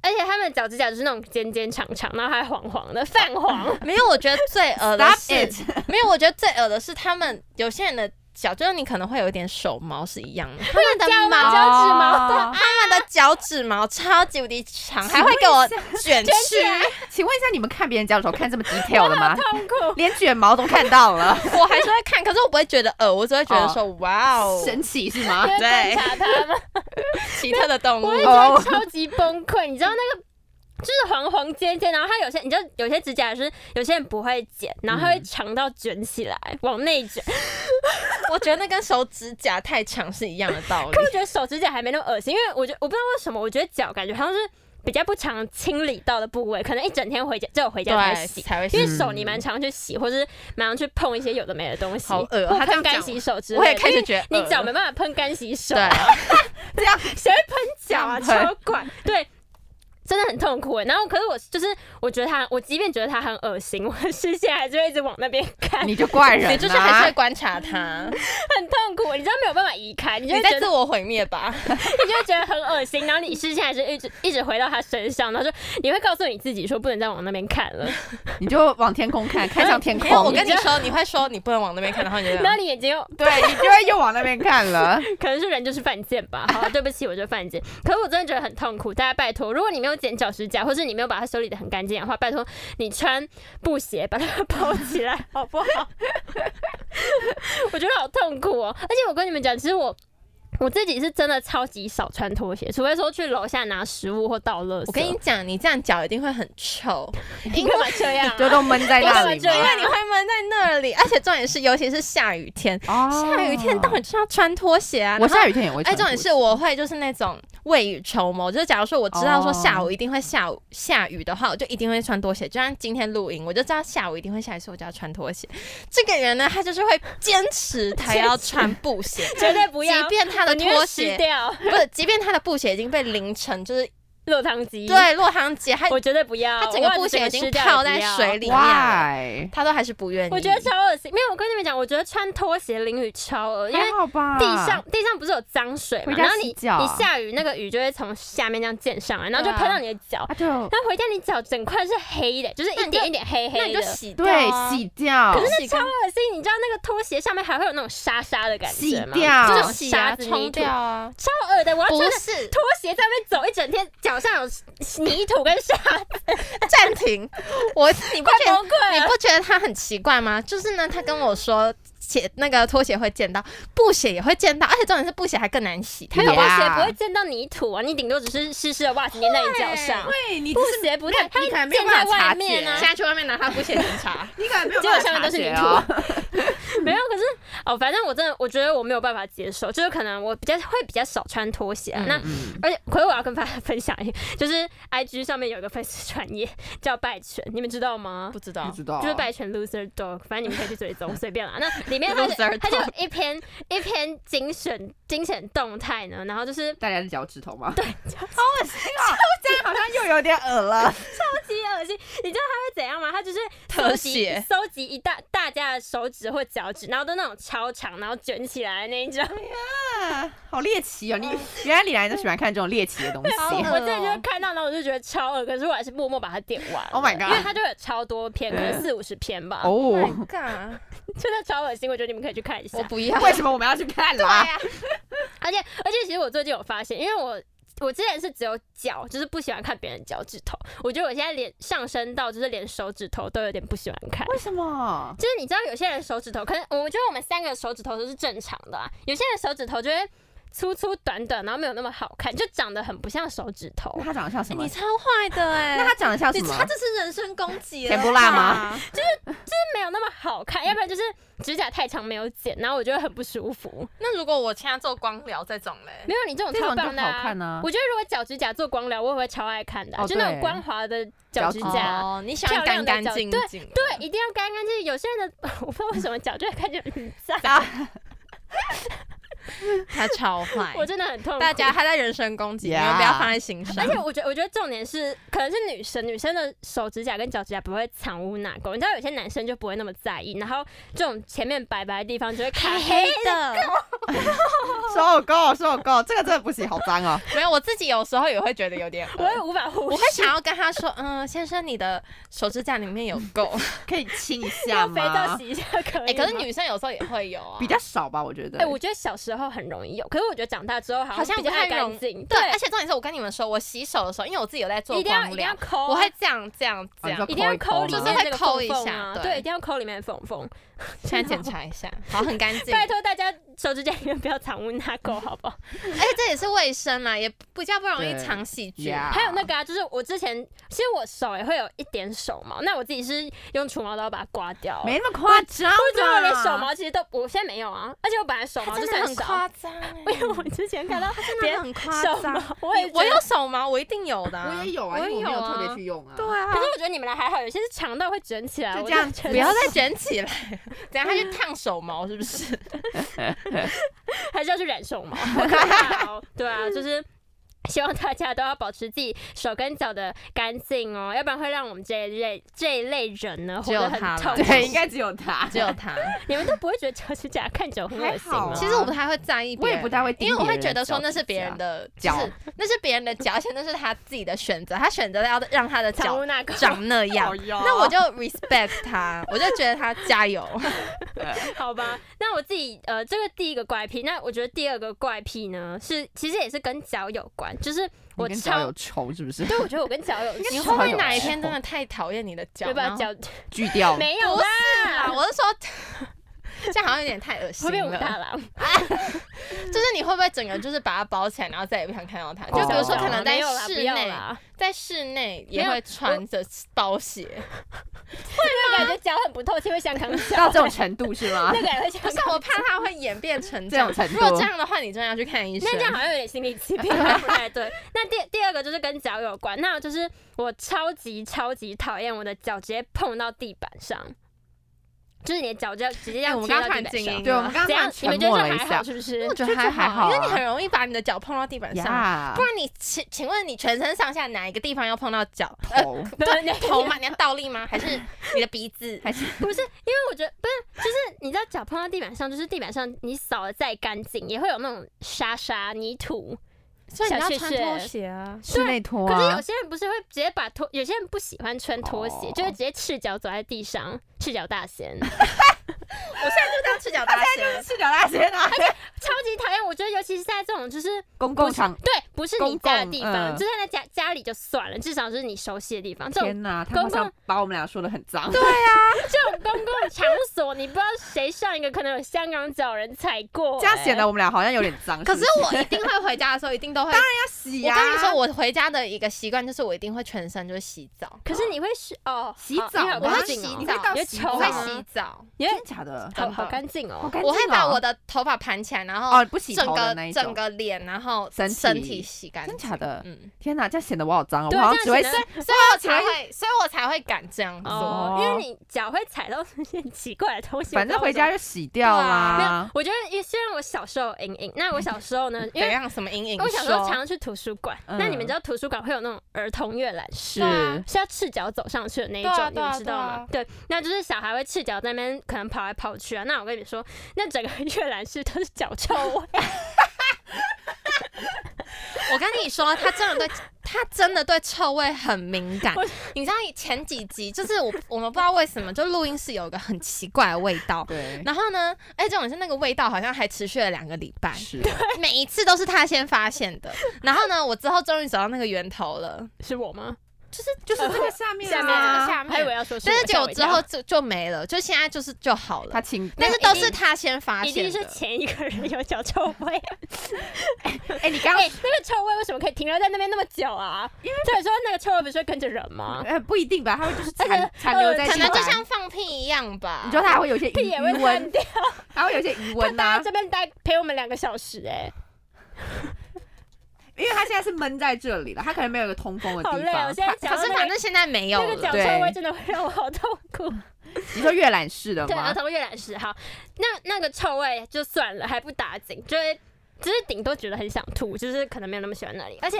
S3: 而且他们脚指甲就是那种尖尖长长，然后还黄黄的，泛黄。
S1: 没 有，我觉得最恶的
S2: Stop
S1: 是 没有，我觉得最恶的是他们有些人的脚，就是你可能会有一点手毛是一样的，他们的
S3: 胶吗
S1: 毛
S3: 脚趾毛
S2: 对
S3: 啊
S2: 啊。
S1: 他们的脚趾毛超级无敌长，还会给我啊卷去。
S2: 请问一下，你们看别人脚趾头看这么 detail 的吗？
S3: 痛 苦，
S2: 连卷毛都看到了，
S1: 我还是会看，可是我不会觉得呃恶，我只会觉得说哇哦，
S2: 神奇是 吗
S3: 因？为
S1: 对
S3: 观察他们，
S1: 奇特的动
S3: 我会
S1: 物。
S3: 觉得超级崩溃。你知道那个就是黄黄尖尖，然后它有些你就有些指甲是有些人不会剪，然后它会长到卷起来、往 内卷。
S1: 我觉得那跟手指甲太长是一样的道理
S3: 可。我觉得手指甲还没那么恶心，因为我觉得我不知道为什么，我觉得脚感觉好像是比较不常清理到的部位，可能一整天回家只有回家才洗。
S1: 才会
S3: 因为
S2: 是
S3: 手你蛮常去洗，或是蛮常去碰一些有的没的东西，
S1: 好恶哦他
S3: 或
S1: 这
S3: 喷
S1: 样
S3: 干
S1: 讲
S3: 洗手之类
S1: 我
S3: 的。
S1: 也开始
S3: 因为
S1: 觉得
S3: 你
S1: 恶
S3: 脚没办法喷干洗 手
S1: 对
S3: 啊，
S2: 这样
S3: 谁会喷脚啊？
S2: 这样
S3: 超怪， 对，真的很痛苦欸。然后，可是我就是我觉得他，我即便觉得他很恶心，我的视线还是会一直往那边看，
S2: 你就怪人、啊，
S1: 你就是还是会观察它，
S3: 很痛苦。你知道没有办法移开，你
S1: 你
S3: 就会觉
S1: 在
S3: 得
S1: 自我毁灭 吧？
S3: 你就会觉得很恶心，然后你视线还是一直一直回到他身上，然后就你会告诉你自己说不能再往那边看了，
S2: 你就往天空看，看向天
S1: 没
S2: 空。
S1: 有，我跟你说，你会说你不能往 那边看，然后你就这
S3: 然
S1: 样
S3: 后你眼睛又
S2: 对你就会又往那边看了。
S3: 可能是人就是犯贱 吧。好，对不起，我就犯贱。可是我真的觉得很痛苦，大家拜托，如果你没有剪脚趾甲，或是你没有把它修理的很干净的话，拜托你穿布鞋把它包起来，好 不好？我觉得好痛苦哦。而且我跟你们讲，其实我。我自己是真的超级少穿拖鞋，除非说去楼下拿食物或倒垃圾。
S1: 我跟
S2: 哦
S1: 你讲，你这样脚一定会很臭，
S3: 你干嘛这样、啊？
S2: 就都闷在那里
S3: 对
S1: 因
S2: 吗
S3: 啊？
S1: 为你会闷在那里，而且重点是，尤其是下雨天，
S2: 哦
S1: 下雨天当然就是要穿拖鞋啊。
S2: 我
S1: 然后
S2: 下雨天也会
S1: 哎，
S2: 穿
S1: 重
S2: 拖鞋。
S1: 点是我会就是那种未雨绸缪，就是假如说我知道说
S2: 哦
S1: 下午一定会下午下雨的话，我就一定会穿拖鞋。就像今天录音，我就知道下午一定会下雨，所以我就要穿拖鞋。这个人呢，他就是会坚 持他要穿布鞋，
S3: 绝对不要
S1: 即便他的
S3: 我宁愿
S1: 拖
S3: 湿
S1: 鞋
S3: 掉
S1: 不是，即便他的布鞋已经被淋成就是
S3: 落汤鸡，，
S1: 对落汤鸡，他
S3: 我绝对不要，
S1: 他整个
S3: 袜子
S1: 布鞋已经
S3: 湿掉
S1: 泡
S3: 也
S1: 在
S3: 不要
S1: 水里面了，
S2: Why？
S1: 他都还是不愿意。
S3: 我觉得超恶心。没有，我跟你们讲，我觉得穿拖鞋淋雨超啊恶，因为
S2: 还好吧，
S1: 啊
S3: 地上地上不是有脏水嘛，
S2: 回家
S3: 然后你
S2: 洗脚
S3: 你下雨那个雨就会从下面这样溅上来，然后就
S1: 对啊
S3: 喷到你的脚，
S2: 啊就
S3: 然后回家你脚整块是黑的，就是
S1: 那
S3: 一
S1: 你就
S3: 点一点黑
S1: 那
S3: 黑
S1: 你
S3: 的，
S1: 就
S3: 超
S1: 洗掉
S2: 对
S1: 啊
S2: 洗掉，
S1: 是超
S3: 恶心。你知道那个拖鞋上面还会有那种沙沙的感
S2: 洗
S3: 觉吗？
S2: 掉
S1: 就是是
S3: 就那种
S1: 洗啊
S3: 沙子泥
S1: 冲
S3: 土
S1: 掉，啊，
S3: 超恶的。我要穿
S1: 不
S3: 着
S1: 是
S3: 拖鞋在那边走一整天，脚上有泥土跟 沙子，
S1: 暂停， 我你不
S3: 快
S1: 觉得
S3: 崩溃
S1: 你
S3: 了。
S1: 不觉得他很奇怪吗？就是呢，他跟我说。鞋那个拖鞋会溅到，布鞋也会溅到，而且重点是布鞋还更难洗。啊
S3: 还有布
S2: Yeah
S3: 鞋不会溅到泥土啊，你顶多只是湿湿的袜子粘在你脚上。
S2: 对，你
S3: 布鞋不太，它
S2: 你可能
S3: 溅
S2: 没有办
S3: 在
S2: 法察
S3: 外
S2: 觉
S3: 面啊，
S1: 下去外面拿他布鞋检查，
S2: 你可能没有
S3: 结果
S2: 办法
S3: 下面都是泥
S2: 察觉
S3: 土
S2: 哦。
S3: 没有。可是哦，反正我真的我觉得我没有办法接受，就是可能我比较会比较少穿拖鞋啊、
S1: 嗯
S3: 那
S2: 嗯
S3: 而且，可是我要跟大家分享一个，就是 I G 上面有一个粉丝专业叫拜犬，你们知道吗？
S1: 不知
S2: 不
S1: 道。
S2: 知道，
S3: 就是拜犬 loser dog，反正你们可以去追踪，随 便啦。那里面它就
S1: Loser dog
S3: 它就有一篇一篇精选精选动态呢，然后就是
S2: 大家的脚趾头吗？ 对，好恶心哦，这样好像又有点恶了。
S3: 极恶心。你知道他会怎样吗？他就是
S1: 特
S3: 搜集
S1: 写
S3: 搜集一大大家的手指或脚趾，然后都那种超长，然后卷起来的那一种。
S2: 啊好猎奇哦！你原来李兰都喜欢看这种猎奇的东
S1: 好恶
S2: 西
S1: 哦。
S3: 我真的就是看到，然后我就觉得超恶，可是我还是默默把它点完了。
S2: 嗯 Oh my
S3: 因为
S2: god！嗯
S3: 它就有超多篇，可能四五十篇吧，
S2: 哦，
S1: ，Oh God，
S3: 真的超恶心。我觉得你们可以去看一下
S1: 我。不要。
S2: 为什么我们要去看啊啦？
S1: 啊
S3: 而且而且，其实我最近有发现，因为我。我之前是只有脚，就是不喜欢看别人脚趾头。我觉得我现在连上升到，就是连手指头都有点不喜欢看。
S2: 为什么？
S3: 就是你知道有些人手指头，可能我觉得我们三个手指头都是正常的、啊，有些人手指头就会粗粗短短，然后没有那么好看，就长得很不像手指头。
S2: 那他长得像什么
S1: 你？超坏的哎！
S2: 那他长得像
S1: 你
S2: 什
S1: 他
S2: 么？
S1: 这是人身攻击了吧，
S2: 甜不辣 吗
S3: 没有那么好看，要不然就是指甲太长没有剪，然后我觉得很不舒服。
S1: 那如果我现在做光疗这种嘞，
S3: 没有你这种
S2: 这种
S3: 超
S2: 就
S3: 棒的、
S2: 好看啊
S3: 我觉得如果脚趾甲做光疗，我也会超爱看的啊、
S2: 哦
S3: 就那种
S2: 对
S3: 光滑的脚
S2: 脚
S3: 趾
S2: 趾
S3: 甲。
S1: 哦，你喜欢
S3: 漂亮
S1: 干干
S3: 的角
S1: 净
S3: 对
S1: 净的。
S3: 对，一定要干干净净。有些人的 我不知道为什么脚就会看见很脏，
S1: 他超坏。
S3: 我真的很痛 苦。
S1: 大家他在人身攻击，你
S2: Yeah
S1: 们不要放在心上
S3: 而。且我 觉得，我觉得重点是，可能是女生，女生的手指甲跟脚指甲不会藏污纳垢。你知道有些男生就不会那么在意，然后这种前面白白的地方就会卡黑。
S1: 的，
S2: 受够，受够，这个真的不行，好脏 哦！
S1: 没有，我自己有时候也会觉得有点恶，
S3: 我也无法 忽
S1: 我
S3: 视
S1: 会，想要跟他说，嗯，先生，你的手指甲里面有 垢。哎
S2: 可以亲一下
S3: 用肥皂
S2: 吗？
S3: 洗一下可以吗。
S1: 哎，可是女生有时候也会有啊
S2: 比。较少吧，我觉得。
S3: 哎、我觉得小时候很容易有，可是我觉得长大之后
S1: 好像
S3: 比较
S1: 不太
S3: 干
S1: 容
S3: 净，
S1: 对，而且重点是我跟你们说，我洗手的时候，因为我自己有在做
S3: 一定要
S1: 光
S3: 一定要
S1: 疗，
S3: 抠，啊
S1: 我会这样这样这
S2: 你
S1: 样
S2: 说，
S3: 一定要抠
S2: 抠
S3: 里
S2: 一抠
S3: 面
S1: 吗
S3: 这
S1: 就
S3: 个
S1: 是会抠一
S3: 缝缝
S1: 下
S3: 啊
S1: 对
S3: 对，一定要抠里面的缝缝。
S1: 现在检查一下，好，很干 净。
S3: 拜托大家手指甲里面不要藏污纳垢，好不 好？
S1: 而且这也是卫生啦，也比较不容易
S2: 对
S1: 藏细菌。
S2: Yeah
S3: 还有那个啊，就是我之前其实我手也会有一点手毛，那我自己是用除毛刀把它刮掉。啊
S2: 没那么夸张吧，
S3: 我觉得我连手毛其实都我现在没有啊，而且我本来手毛
S1: 啊真
S3: 就是
S1: 的很
S3: 少，
S1: 夸张欸，
S3: 因为我之前看到别
S1: 真的
S3: 人
S1: 很夸
S3: 手
S1: 张。
S3: 毛，我也
S1: 我
S3: 觉得
S1: 有手毛，我一定有的、
S2: 我也有啊，因
S1: 我
S2: 为
S1: 也
S2: 我没有
S1: 有啊
S2: 特别去用啊。
S1: 对啊
S3: 可，是我觉得你们来还好，有些是长到会卷起来，
S2: 就
S3: 我
S2: 这样
S3: 觉得
S1: 不要再卷起来， 等一下他去烫手毛是不 是？
S3: 还是要去染手 毛，好可怕哦对啊，就是。希望大家都要保持自己手跟脚的干净哦，要不然会让我们这一类这一类人呢活
S1: 只有
S3: 得很
S1: 他了
S3: 痛苦。
S2: 对，应该只有他，
S1: 只有他。
S2: 啊
S3: 你们都不会觉得脚趾甲看久很恶心
S2: 还好
S3: 吗
S2: 啊？
S1: 其实我不太会在意，
S2: 我也不。太会盯
S1: 因
S2: 别
S1: 为我会觉
S2: 人的脚趾甲，
S1: 得说那是别人的
S2: 脚
S1: 就是那是别人的脚，而且那是他自己的选择，他选择要让他的
S3: 藏
S1: 脚
S3: 污纳垢，
S1: 长那样
S2: 好，哟，
S1: 那我就 respect 他，我就觉得他加油。
S3: 好吧，那我自己呃，这个第一个怪癖，那我觉得第二个怪癖呢，是其实也是跟脚有关，就是
S2: 你
S3: 我
S2: 跟脚
S3: 超
S2: 有，仇是不是？
S3: 对，我觉得我跟脚有仇，
S1: 你
S2: 手
S1: 会不会
S2: 有哦
S1: 哪一
S2: 手
S1: 天真的太讨厌你的脚？
S3: 对
S1: 然
S3: 吧？
S1: 后
S3: 脚
S2: 锯掉，
S3: 没有啦，
S1: 啊，我是说， 这样好像有点太恶心
S3: 会
S1: 了。
S3: 被武大郎，
S1: 就是你会不会整个就是把它包起来，然后再也不想看到它？
S2: 哦
S1: 就比如说可能在
S3: 没有啦不
S1: 室
S3: 要
S1: 内，
S3: 啦
S1: 在室内
S3: 没
S1: 也
S3: 有
S1: 会穿着包鞋。
S3: 那感觉脚很不透气，会像康
S2: 到
S3: 脚
S2: 这，种程度是吗
S3: 那？个人会像
S1: 不是，我怕它会演变成这
S2: 这
S1: 样
S2: 种程。度
S1: 如果这样的话，你真的要去看医生
S3: 那这。样好像有点心理疾 病，不太对。那第第二个就是跟脚有关，那就是我超级超级讨厌我的脚直接碰到地板上，就是你的脚就直接这
S1: 哎
S3: 样
S1: 我们
S3: 贴
S1: 刚
S3: 到
S1: 刚
S3: 地
S1: 突然
S3: 板
S1: 静
S3: 上
S1: 音。
S2: 对，我们刚
S3: 怎
S2: 刚
S3: 样？你
S2: 沉
S3: 们觉
S2: 默
S3: 得
S2: 了
S3: 这
S2: 一
S3: 还
S2: 下
S3: 好，是不是
S1: 我？觉得
S2: 这
S1: 还
S2: 还好啊
S1: 因为你很容易把你的脚碰到地板上。
S2: 呀
S1: 不，然你请请问你全身上下哪一个地方要碰到 脚？呃，
S2: 头
S3: 对对
S1: 头吗？你要倒立吗？还是你的鼻子？
S2: 还是
S3: 不是，因为我觉得不是，就是你知道脚碰到地板上，就是地板上你扫的再干净，也会有那种沙沙泥土。
S1: 所以你要穿
S3: 小
S1: 拖
S3: 屑屑
S1: 鞋啊。
S2: 室内拖
S3: 可是有
S2: 啊，
S3: 些人不是会直接把拖，有些人不喜欢穿拖鞋，
S2: 哦
S3: 就会直接赤脚走在地上，赤脚大仙，
S1: 我现在啊就当赤脚大鞋。
S2: 赤脚大鞋啊，
S3: 超级讨厌。我觉得尤其是在这种就是
S2: 公共场，
S3: 对，不是你
S2: 公
S3: 家的
S2: 共
S3: 地方，
S2: 嗯
S3: 就是在家家里就算了，至少是你熟悉的地方。这种
S2: 天哪，他好像把我们俩说的很脏，对，
S3: 这种公共场所， 你不知道谁上一个可能有香港脚人踩过、
S2: 这样
S3: 欸
S2: 显得我们俩好像有点脏。
S1: 可
S2: 是
S1: 是我一定会回家的时候，一定都会
S2: 要洗
S1: 我
S2: 呀，
S1: 跟你说，我回家的一个习惯就是我一定会全身就是洗澡，
S3: 可是你会是哦，
S2: 洗
S3: 好
S2: 澡
S3: 你好
S1: 我
S3: 干
S1: 会
S3: 净
S1: 洗
S3: 哦
S1: 啊
S2: 你
S1: 澡
S2: 会到
S3: 有
S2: 洗
S3: 丑
S1: 我
S2: 澡
S1: 会
S2: 吗
S3: 吗？
S1: 洗澡，
S3: 因为
S2: 真假的，
S3: 好
S1: 真
S3: 好
S1: 的
S3: 干净
S2: 好
S3: 哦。
S2: 干净哦
S1: 我会把我的头发盘起来，然后
S2: 哦，不洗
S1: 整
S2: 头的那
S1: 个
S2: 一
S1: 整
S2: 种，
S1: 个脸，然后
S2: 身体
S1: 身体洗干净。
S2: 真假的，
S1: 嗯，
S2: 天哪，这样显得我好脏哦，
S3: 对啊
S2: 我好像
S3: 这样
S2: 只会
S3: 显得
S1: 所以我才会，所以我才会敢这样做。
S3: 哦，
S2: 哦
S3: 因为你脚会踩到那些奇怪的东西，
S2: 反正回家就洗掉
S1: 啊
S3: 没有
S2: 啦。。
S3: 我觉得，因为虽然我小时候有阴影，那我小时候呢，
S1: 嗯怎
S3: 因为
S1: 样？什么阴影？
S3: 我小时候常
S1: 说
S3: 常去图书馆，
S2: 嗯
S3: 那你们知道图书馆会有那种儿童阅览室
S2: 是。
S1: 啊
S3: 是要赤脚走上去的那一
S1: 对
S3: 种
S1: 啊，
S3: 你
S1: 对啊
S3: 们知道吗？对，那就是小孩会赤脚在那边可能跑来跑去啊。那我跟你 说，那整个阅览室都是脚臭味，
S1: 我跟你说，他真的对，他真的对臭味很敏感。你知道前几集就是我，我们不知道为什么，就录音室有一个很奇怪的味道。
S2: 对，
S1: 然后呢，哎，这种是那个味道好像还持续了两个礼拜。
S2: 是
S1: 每一次都是他先发现的，然后呢，我之后终于找到那个源头了，
S3: 是我吗？
S2: 就是这个下面
S3: 下
S2: 啊
S3: 面
S1: 这个下
S3: 还以为
S1: 面，
S3: 要说是
S1: 但
S3: 我，
S1: 是结
S3: 吓
S1: 果
S3: 我一
S1: 之
S3: 跳
S1: 后就就没了，就现在就是就好
S2: 他
S1: 了，
S2: 亲，
S1: 但是都是他先发
S3: 一
S1: 现
S3: 定
S1: 的
S3: 是。前一个人有脚臭 味。
S2: 哎，你刚
S3: 哎、那个臭味为什么可以停留在那边那么久啊？因为照理说那个臭味不是会跟着人吗？
S2: 呃不一定吧，他会就是残残留在
S1: 可
S2: 地
S1: 能
S2: 板
S1: 就像放屁一样吧。
S2: 你说它还会有一些
S3: 屁
S2: 余
S3: 也会啊
S2: 余
S3: 散
S2: 温，
S3: 掉。
S2: 还会有一些余
S3: 他
S2: 温啊呐
S3: 待在，这边待陪我们两个小时、欸
S2: 因为它现在是闷在这里了，它可能没有一个通风的
S3: 哎，好
S2: 地
S3: 累哦！
S2: 方
S3: 我。现在讲
S1: 可
S3: 到
S1: 是
S3: 那
S1: 反
S3: 个
S1: 正现在没有
S3: 那个脚
S1: 了。
S3: 臭味
S2: 对
S3: 真的会让我好痛苦。
S2: 你说阅览室的
S3: 对，儿啊
S2: 吗？
S3: 童阅览室好，那那个臭味就算了，还不打紧，就会只是顶多觉得很想吐，就是可能没有那么喜欢那里。而且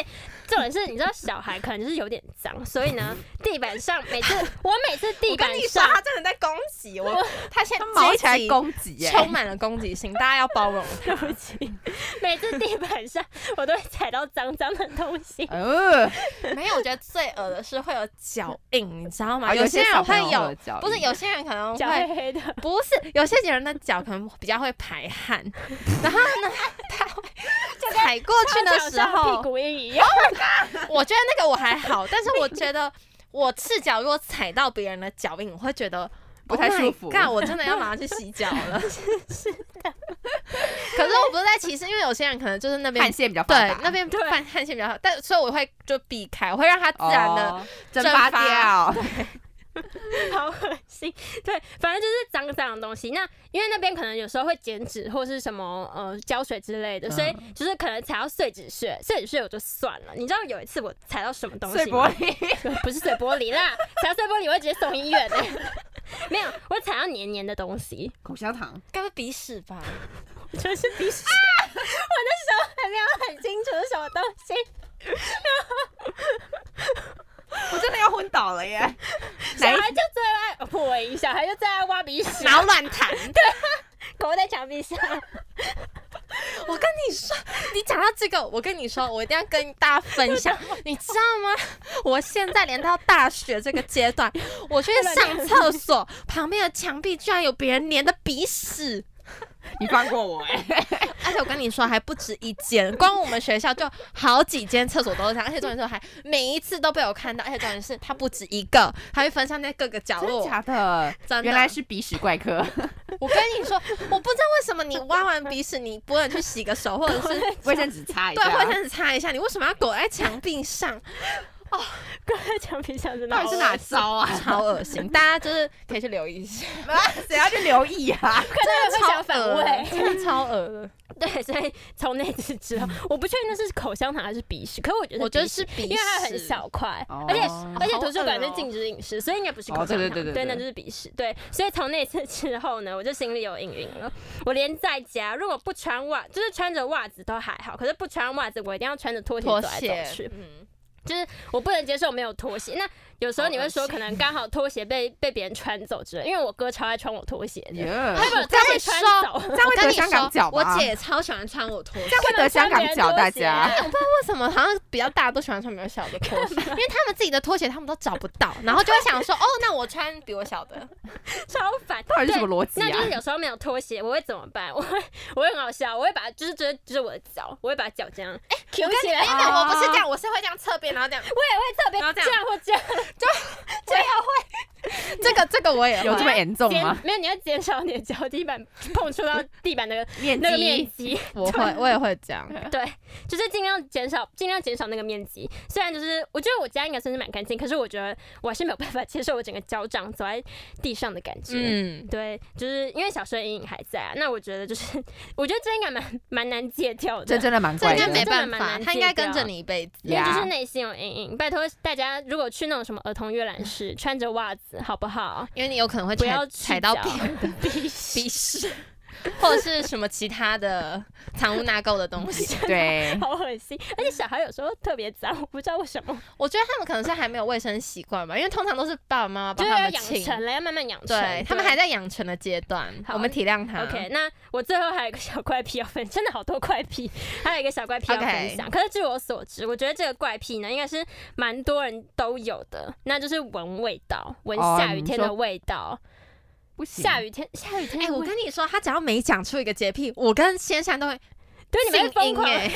S3: 重点是，你知道小孩可能就是有点脏，所以 呢，地板上每次我每次地
S1: 我跟
S3: 板
S1: 你说，
S3: 上
S1: 他真的在攻击 我，他现在
S2: 他毛
S1: 这一
S2: 起来
S1: 集
S2: 攻击耶、
S1: 充满了攻击性，大家要包 容他。
S3: 每次地板上我都会踩到脏脏的东西。
S2: 呃，
S1: 没有，我觉得最恶的是会有脚印，你知道吗？
S2: 啊有
S1: 些
S2: 些小
S1: 人
S2: 朋
S1: 会
S2: 友会有
S1: 有
S2: 脚，印
S1: 不是有些人可能
S3: 脚
S1: 会
S3: 黑黑的，
S1: 不是，有些人的脚可能比较会排汗，然后呢，他会踩过去的
S3: 脚
S1: 时
S3: 像屁
S1: 候，
S3: 股印一样，
S1: 我觉得那个我还好，但是我觉得我赤脚如果踩到别人的脚印，我会觉得。
S2: 不太舒服
S1: 那、我真的要马上去洗脚了。是的，可是我不是在歧视，因为有些人可能就是那边
S2: 汗腺比较发
S1: 对
S2: 达
S1: 那边
S3: 对
S1: 汗汗腺比较好，但所以我会就避开，我会让它自然的
S2: 哦蒸
S1: 蒸
S2: 发
S1: 发
S2: 掉，
S3: 好恶心。对，反正就是脏脏的东西。那因为那边可能有时候会剪纸或是什么呃胶水之类的，所以
S2: 嗯
S3: 就是可能踩到碎纸屑，碎纸屑我就算了。你知道有一次我踩到什么东
S2: 碎
S3: 西吗
S2: 玻？璃，
S3: 不是碎玻璃啦，踩到碎玻璃我会直接送医院的、欸 没有，我踩到黏黏的东西，
S2: 口香糖，
S1: 该不会鼻屎吧？
S3: 就是鼻屎。
S2: 啊
S3: 我那时候还没有很清楚是什么东西，
S2: 我真的要昏倒 了耶！
S3: 小
S2: 哪一
S3: 孩就最爱哦破音，小孩就最爱挖鼻屎，
S1: 然后乱弹。
S3: 狗在墙壁上。
S1: 我跟你说， 你讲到这个，我跟你说，我一定要跟大家分 享，你知道吗？我现在连到大学这个阶段，我去上厕 所，旁边的墙壁居然有别人粘的鼻屎，
S2: 你放过我 哎！
S1: 而且我跟你说还不止一间，光我们学校就好几间厕所都是这样，而且重点是我还每一次都被我看到，而且重点是它不止一个，还会分散在各个角
S2: 真的
S1: 落。
S2: 假的？
S1: 哦真的
S2: 原来是鼻屎怪 客，
S1: 我跟你说，我不知道为什么你挖完鼻屎，你不能去洗个手，或者 是
S2: 卫生纸擦
S1: 哎
S2: 一
S1: 对，啊
S2: 下
S1: 或。者是擦一下，你为什么要躲在墙壁上？
S3: 狗在墙壁上真 的
S2: 到
S3: 好恶
S2: 底是
S3: 心，
S2: 哪 招啊？
S1: 超恶心，大家就是可以去留意一下，
S2: 谁要去留意 啊？
S3: 可能有个
S1: 超
S3: 小反胃
S1: 恶。真的超恶的。
S3: 对，所以从那次之后，我不确定那是口香糖还是鼻屎，可我觉得
S1: 我觉得
S3: 鼻屎
S1: 是鼻
S3: 因为它很
S1: 屎
S3: 小块，
S2: 哦
S3: 而且
S2: 好
S3: 而且
S1: 恶
S3: 图书馆是
S1: 哦
S3: 禁止饮食，所以应该不是
S2: 哦
S3: 口香糖，
S2: 对对对对对
S3: 那就是鼻屎。对，所以从那次之后呢，我就心里有阴影了。我连在家如果不穿袜，就是穿着袜子都还好，可是不穿袜子，我一定要穿着拖鞋
S1: 拖
S3: 走来
S1: 鞋
S3: 走去，，
S1: 嗯，
S3: 就是我不能接受没有拖鞋。那有时候
S1: 好
S3: 你
S1: 恶
S3: 会说，
S1: 心
S3: 可能刚好拖鞋被被别人穿走之类，因为我哥超爱穿我拖鞋的，
S2: 耶
S3: 他把我拖
S1: 再
S3: 鞋穿
S1: 说
S3: 走。
S2: 这样
S1: 哎我
S2: 会
S1: 跟
S2: 得
S1: 你
S2: 香港脚
S1: 说，
S2: 吧？
S1: 我姐也超喜欢穿我拖鞋
S2: 这。样会得香港脚，大家。
S1: 我不知道为什么，好像比较大都喜欢穿比较小的拖 鞋，因为他们自己的拖鞋他们都找不到，然后就会想说，哦，那我穿比我 小的。
S3: 超烦，
S2: 到底是什么逻辑啊
S3: 对那就是有时候没有拖鞋，我会怎么办？ 我会，我会很好笑，我会把就是就是就是我的脚，我会把脚这样哎
S1: 我
S3: 举
S1: 跟
S3: 起
S1: 你
S3: 来，
S1: 哎，那我不是这样，我是会这样侧边，然后这样。
S3: 我也会特别
S1: 然后这样
S3: 这样或这样，
S1: 这个这个我也
S2: 有这么严重吗
S3: 减？没有，你要减少你的脚底板碰触到地板那个
S2: 面
S3: 那个面积，
S1: 我会我也会这样。
S3: 对，就是尽量减少尽量减少那个面积。虽然就是我觉得我家应该算是蛮干净，可是我觉得我还是没有办法接受我整个脚掌走在地上的感觉。
S1: 嗯，
S3: 对，就是因为小时候的阴影还在啊。那我觉得就是， 我觉得这应该蛮蛮难戒掉的。
S2: 这真的蛮
S1: 这
S2: 怪
S1: 应该没
S2: 的。
S1: 办
S3: 真的蛮
S1: 法，
S3: 难
S1: 他应该
S3: 戒掉
S1: 跟着你一辈子。
S3: 因为就是
S2: 呀
S3: 内心有阴影。拜托大家，如果去那种什么儿童阅览室，穿着袜子好不好？
S1: 因为你有可能会
S3: 不要
S1: 踩踩到别人
S3: 人鼻
S1: 鼻屎， 或者是什么其他的藏污纳垢的东西。
S2: 对，
S3: 好恶心！而且小孩有时候特别脏，我不知道为什么。
S1: 我觉得他们可能是还没有卫生习惯吧，因为通常都是爸爸妈妈帮
S3: 就是
S1: 他
S3: 要
S1: 们
S3: 养
S1: 清，
S3: 成了，要慢慢养成。
S1: 啊对他们还在嗯养成的阶段，
S3: 好
S1: 我们体谅他。
S3: OK，那我最后还有一个小怪癖要分，真的好多怪癖，还有一个小怪癖要分享。可是据我所知，我觉得这个怪癖呢，应该是蛮多人都有的，那就是闻味道，闻
S2: 哦
S3: 下雨
S2: 你
S3: 天
S2: 说
S3: 的味道。
S2: 不行。
S3: 下雨天，下雨天
S1: 哎、
S3: 的味，
S1: 我跟你说，他只要没讲出一个洁癖，我跟仙山都会
S3: 对你们会
S1: 静
S3: 疯
S1: 音
S3: 狂
S1: 哎
S2: 因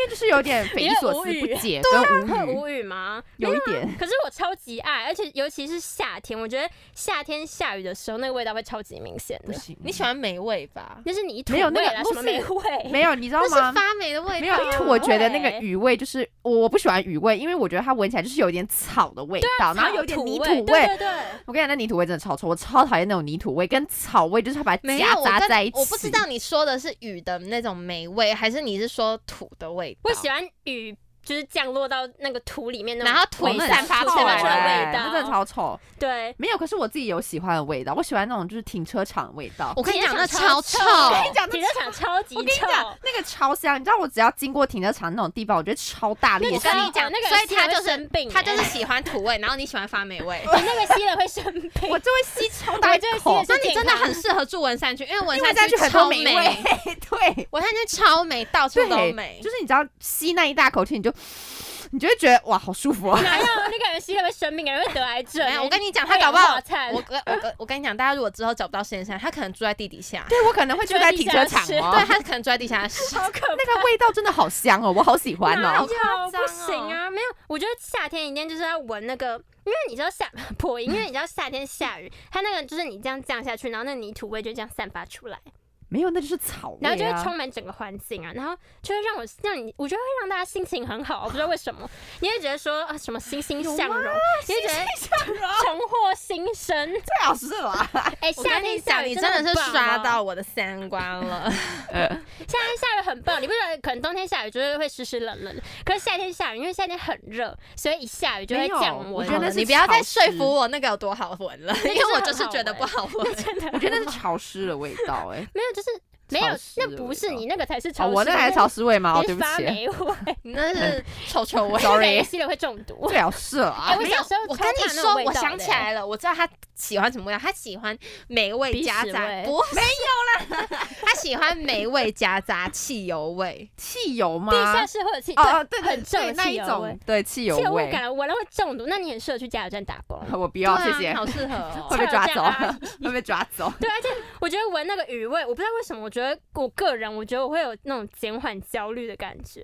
S2: 为就是有点匪夷所思不解
S3: 会
S2: 跟无语，
S3: 无语啊吗？
S2: 有一点。
S3: 可是我超级爱，而且尤其是夏天，我觉得夏天下雨的时候，那个味道会超级明显
S2: 不
S3: 的。
S2: 行，
S1: 你喜欢霉味吧？
S3: 那是泥土
S2: 没有
S3: 味
S2: 那个
S3: 啦，
S2: 不
S3: 什么
S2: 是
S3: 霉味？
S2: 没有，你知道
S1: 那是
S2: 吗？
S1: 发霉的味道。啊
S2: 没有，因为我觉得那个雨味就是我我不喜欢雨味，因为我觉得它闻起来就是有点草的味道，然后有点
S3: 啊草
S2: 泥
S3: 土
S2: 土
S3: 对
S2: 味。
S3: 对对，
S2: 我跟你讲，那泥土味真的超臭，我超讨厌那种泥土味跟草味，就是它把它
S1: 没有
S2: 夹，
S1: 我
S2: 杂
S1: 跟
S2: 在一起。
S1: 我不知道你说的是雨的那种霉味，还是你是说土的味道？
S3: 我喜欢雨就是降落到那个土里面那种，
S1: 然后腿散发出
S3: 散发
S1: 来哎
S3: 出来
S1: 的
S3: 的
S1: 味
S3: 味
S1: 道。
S3: 道
S2: 那欸真的超臭。
S3: 对，
S2: 没有，可是我自己有喜欢的味道，我喜欢那种就是停车场的味道。
S1: 我跟你讲，那
S3: 停车场
S1: 超
S3: 超
S1: 臭，
S3: 臭
S2: 跟你讲，那
S3: 停车场超级
S2: 我跟你讲
S3: 臭，，
S2: 那个超香。你知道我只要经过停车场那种地方，我觉得超大力的
S3: 那个
S1: 我
S2: 香。
S1: 跟你讲，
S3: 那个人
S1: 所以他
S3: 吸了会
S1: 就是
S3: 生病
S1: 他 就是
S3: 欸
S1: 喜欢土味，然后你喜欢发霉味。
S3: 你那个吸了会生病。
S2: 我就会吸超大
S3: 我
S2: 一
S3: 就会吸
S2: 口
S3: 得，
S1: 那你真的很适合住文山区，因为文
S2: 因
S1: 山
S2: 为再
S1: 区
S2: 去很
S1: 超
S2: 多霉
S1: 美，
S2: 味。 对。
S1: 文山区超美，到处都
S2: 对，
S1: 美
S2: 就。是你只要吸那一大口气，你就你就会觉得哇，好舒服啊！
S3: 哪有那个人吸了会生病，感觉会得癌症
S1: 没
S3: 欸。
S1: 有，我跟
S3: 你
S1: 你讲，他搞不好，
S3: 我
S1: 我跟我跟我跟你讲，大家如果之后找不到实验室，他可能住在地底下，
S2: 对我可能会住在停车场
S3: 就在地下室
S2: 哦。
S1: 对他可能住在地下室。
S3: 好可怕。
S2: 那个味道真的好香哦，我好喜欢
S3: 哪有
S2: 哦。
S3: 不行啊，没有，我觉得夏天一定就是要闻那个，因为你知道夏 破音，因为你知道夏天下雨，它那个就是你这样降下去，然后那泥土味就这样散发出来，
S2: 没有，那就是草味、啊。
S3: 然后就会充满整个环境啊，然后就会让我让你，我觉得会让大家心情很好，我不知道为什么，你会觉得说啊什么欣欣向荣，你会觉得重获新 生，
S2: 最好是 啦。
S3: 哎、
S1: 我
S3: 夏
S1: 跟你
S3: 天
S1: 讲，
S3: 下
S1: 你
S3: 雨
S1: 真
S3: 的
S1: 的是
S3: 很棒
S1: 刷
S3: 哦
S1: 到我的三观了。
S3: 夏天下雨很棒，你不觉得可能冬天下雨就是会湿湿冷冷的，可是夏天下雨，因为夏天很热，所以一下雨就会
S2: 没有
S3: 降
S2: 我
S3: 温。
S2: 觉得那是
S1: 你不要再
S2: 潮湿
S1: 说服我那个有多好闻了，因
S3: 个
S1: 为我
S3: 真
S1: 就
S3: 的
S1: 是
S3: 好
S1: 觉得
S3: 闻
S1: 不好 闻。
S3: 哦真的，
S2: 我觉得那是潮湿的味道、哎，
S3: 没有，就是没有
S2: 潮，湿的
S3: 那不是
S2: 味道
S3: 你那个才是
S2: 哦，
S3: 潮湿，
S2: 我那还是潮湿味吗？哦，
S3: 你
S2: 对
S3: 是
S2: 不
S3: 发
S2: 起，
S3: 霉味，
S1: 你那是臭臭 味。
S3: 感觉
S2: Sorry 啊
S3: 吸了会中毒。
S2: 最好是
S3: 哎
S2: 啦。
S3: 我
S1: 啊没有
S3: 小时候
S1: 我
S3: 超
S1: 跟你
S3: 怕那种
S1: 说，
S3: 味
S1: 我
S3: 道
S1: 想
S3: 的
S1: 起来了，我知道他喜欢什么味道，他喜欢霉味
S3: 鼻
S1: 夹
S3: 屎
S1: 杂，
S3: 味
S1: 不没有啦，他喜欢霉味夹杂汽油 味。
S2: 汽油吗？
S3: 地下室会有气，
S2: 哦哦，对对
S3: 很重
S2: 对，
S3: 的
S2: 那
S3: 汽
S2: 一
S3: 油
S2: 种
S3: 味，
S2: 对汽油
S3: 气味
S2: 味
S3: 感，觉闻了会中毒。那你很适合去加油站打工。
S2: 我不要，
S1: 对
S2: 谢
S1: 啊
S2: 谢，
S1: 好适合哦。
S2: 会被抓
S3: 这
S2: 走
S3: 样啊，
S2: 会被抓走。
S3: 对，而且我觉得闻那个雨味，我不知道为什么，我觉得我个人，我觉得我会有那种减缓焦虑的感觉。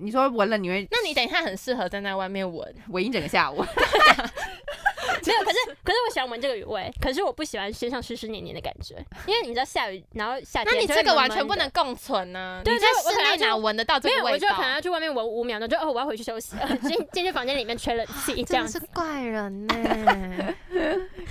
S2: 你说闻了你会
S1: 那你等一下很适合站在外面闻，
S2: 闻一整个下午，
S3: 没有，可是可是我喜欢闻这个雨味，可是我不喜欢身上湿湿黏黏的感觉，因为你知道下雨，然后夏天
S1: 那你
S3: 就会
S1: 哎这个
S3: 闷
S1: 完
S3: 闷
S1: 全不
S3: 的
S1: 能共存呢。
S3: 对
S1: 你在
S3: 对我可
S1: 室
S3: 能
S1: 内
S3: 就
S1: 哪闻得到这
S3: 没
S1: 个
S3: 有，我
S1: 味
S3: 就
S1: 道？
S3: 可能要去外面闻五秒钟，就哦，我要回去休息， 呃进进去房间里面吹冷
S1: 啊
S3: 气这样子。
S1: 怪 人呢。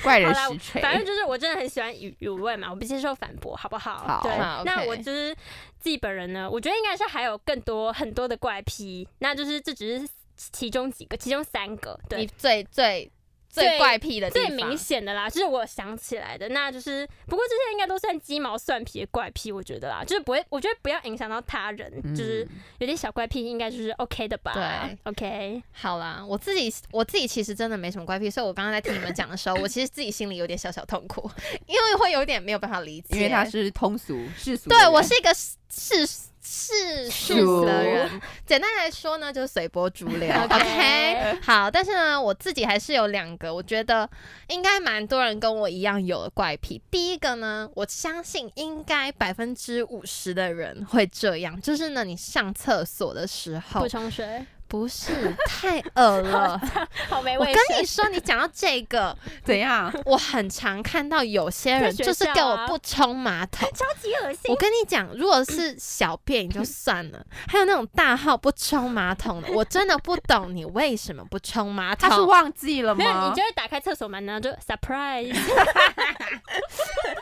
S2: 怪
S3: 好
S2: 人
S3: 啦
S2: 实，锤。
S3: 反正就是我真的很喜欢雨雨味嘛，我不接受反驳，好不好？
S2: 好
S3: 对
S1: 好
S3: 那
S1: OK
S3: 我就是自己本人呢，我觉得应该是还有更多很多的怪癖，那就是这只是其中几个，其中三个，对，
S1: 你最最最
S3: 最
S1: 怪癖的地
S3: 最
S1: 方
S3: 明显的啦，就是我想起来的，那就是不过这些应该都算鸡毛蒜皮的怪癖，我觉得啦，就是不会，我觉得不要影响到他人，就是
S2: 嗯
S3: 有点小怪癖，应该就是 OK 的吧？
S1: 对
S3: ，OK，
S1: 好啦，我自己我自己其实真的没什么怪癖，所以我刚刚在听你们讲的时候，我其实自己心里有点小小痛苦， 因为会有点没有办法理解。
S2: 因为他是通俗世俗的人，
S1: 对我是一个世世俗的人，简单来说呢，就是随波逐流。
S3: OK
S1: OK，好，但是呢，我自己还是有两个，我觉得应该蛮多人跟我一样有的怪癖。第一个呢，我相信应该百分之五十的人会这样，就是呢，你上厕所的时候
S3: 补，充水，
S1: 不是太恶 了。
S3: 好没
S1: 我
S3: 卫
S1: 跟
S3: 生。
S1: 你说，你讲到这个，
S2: 怎样？
S1: 我很常看到有些
S3: 在
S1: 人
S3: 学
S1: 就是
S3: 校
S1: 给我
S3: 啊
S1: 不冲 马桶。
S3: 超级恶心
S1: 我。跟你讲，如果是小便也就算了，还有那种大号不冲马桶的，我真的不懂你为什么不冲马桶。
S2: 他是忘记了
S3: 没有，
S2: 吗
S3: 你就？会打开厕所门，然后就 surprise。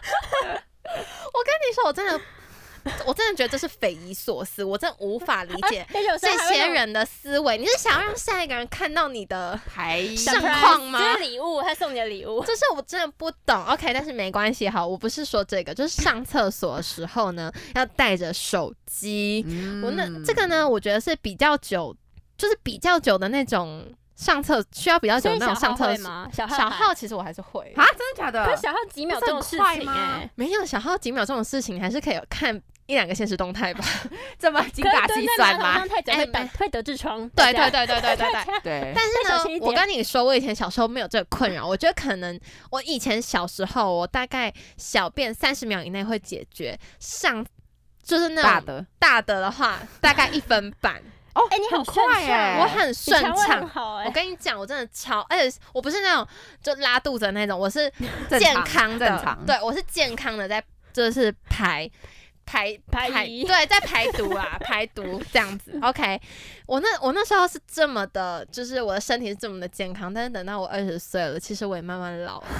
S1: 我跟你说，我真的，我真的觉得这是匪夷所思，我真的无法理解
S3: 但是有时
S1: 这
S3: 候还会
S1: 些
S3: 有
S1: 人的思维。你是想要让下一个人看到你的？
S2: 排
S1: 上
S3: surprise，
S1: 况吗
S3: 这是礼物，他送你的礼物。
S1: 就是我真的不懂，OK，但是没关系，好，我不是说这个，就是上厕所的时候呢，要带着手机，
S2: 嗯
S1: 我那这个呢，我觉得是比较久，就是比较久的那种上厕需要比较久
S3: 所
S1: 的
S3: 以
S1: 那
S3: 小
S1: 种上
S3: 号
S1: 厕
S3: 会
S1: 所。
S3: 吗？小号
S1: 小
S3: 小
S1: 号，其实我还是会，
S2: 啊，真的假的？
S3: 可是小号几秒钟的事
S2: 不是很快
S3: 情
S2: 吗
S3: 哎。
S1: 没有小号几秒钟的事情，还是可以有看一两个现实动态吧。
S2: 这么精
S3: 可
S2: 打
S3: 是
S2: 细
S3: 蹲在
S2: 算
S3: 马桶
S2: 吗
S3: 上？太久
S1: 哎
S3: 会得
S1: 没
S3: 会得痔疮。
S1: 对
S3: 大
S1: 对
S3: 家
S1: 对对对对对。
S2: 对，
S1: 但
S3: 小心
S1: 是
S3: 一
S1: 呢，我
S3: 点
S1: 跟你说，我以前小时候没有这个困扰。我觉得可能我以前小时候，我大概小便三十秒以内会解决，上就是那
S2: 大
S1: 种
S2: 的
S1: 大的的话，大概一分半。
S2: 哦，
S3: 哎你好
S2: 很快
S3: 顺畅
S2: 哎，
S3: 哎
S1: 我很
S3: 你
S1: 欸顺
S3: 肠胃
S1: 畅
S3: 很，好
S1: 我
S3: 哎。
S1: 跟你讲，我真的超，而且我不是那种就拉肚子的那种，我是
S2: 正
S1: 健
S2: 常
S1: 康的，
S2: 正常
S1: 对我是健康的，在就是排排
S3: 排遗
S1: 对，在排毒啊，排 毒这样子。OK，我那我那时候是这么的，就是我的身体是这么的健康，但是等到我二十岁了，其实我也慢慢老了。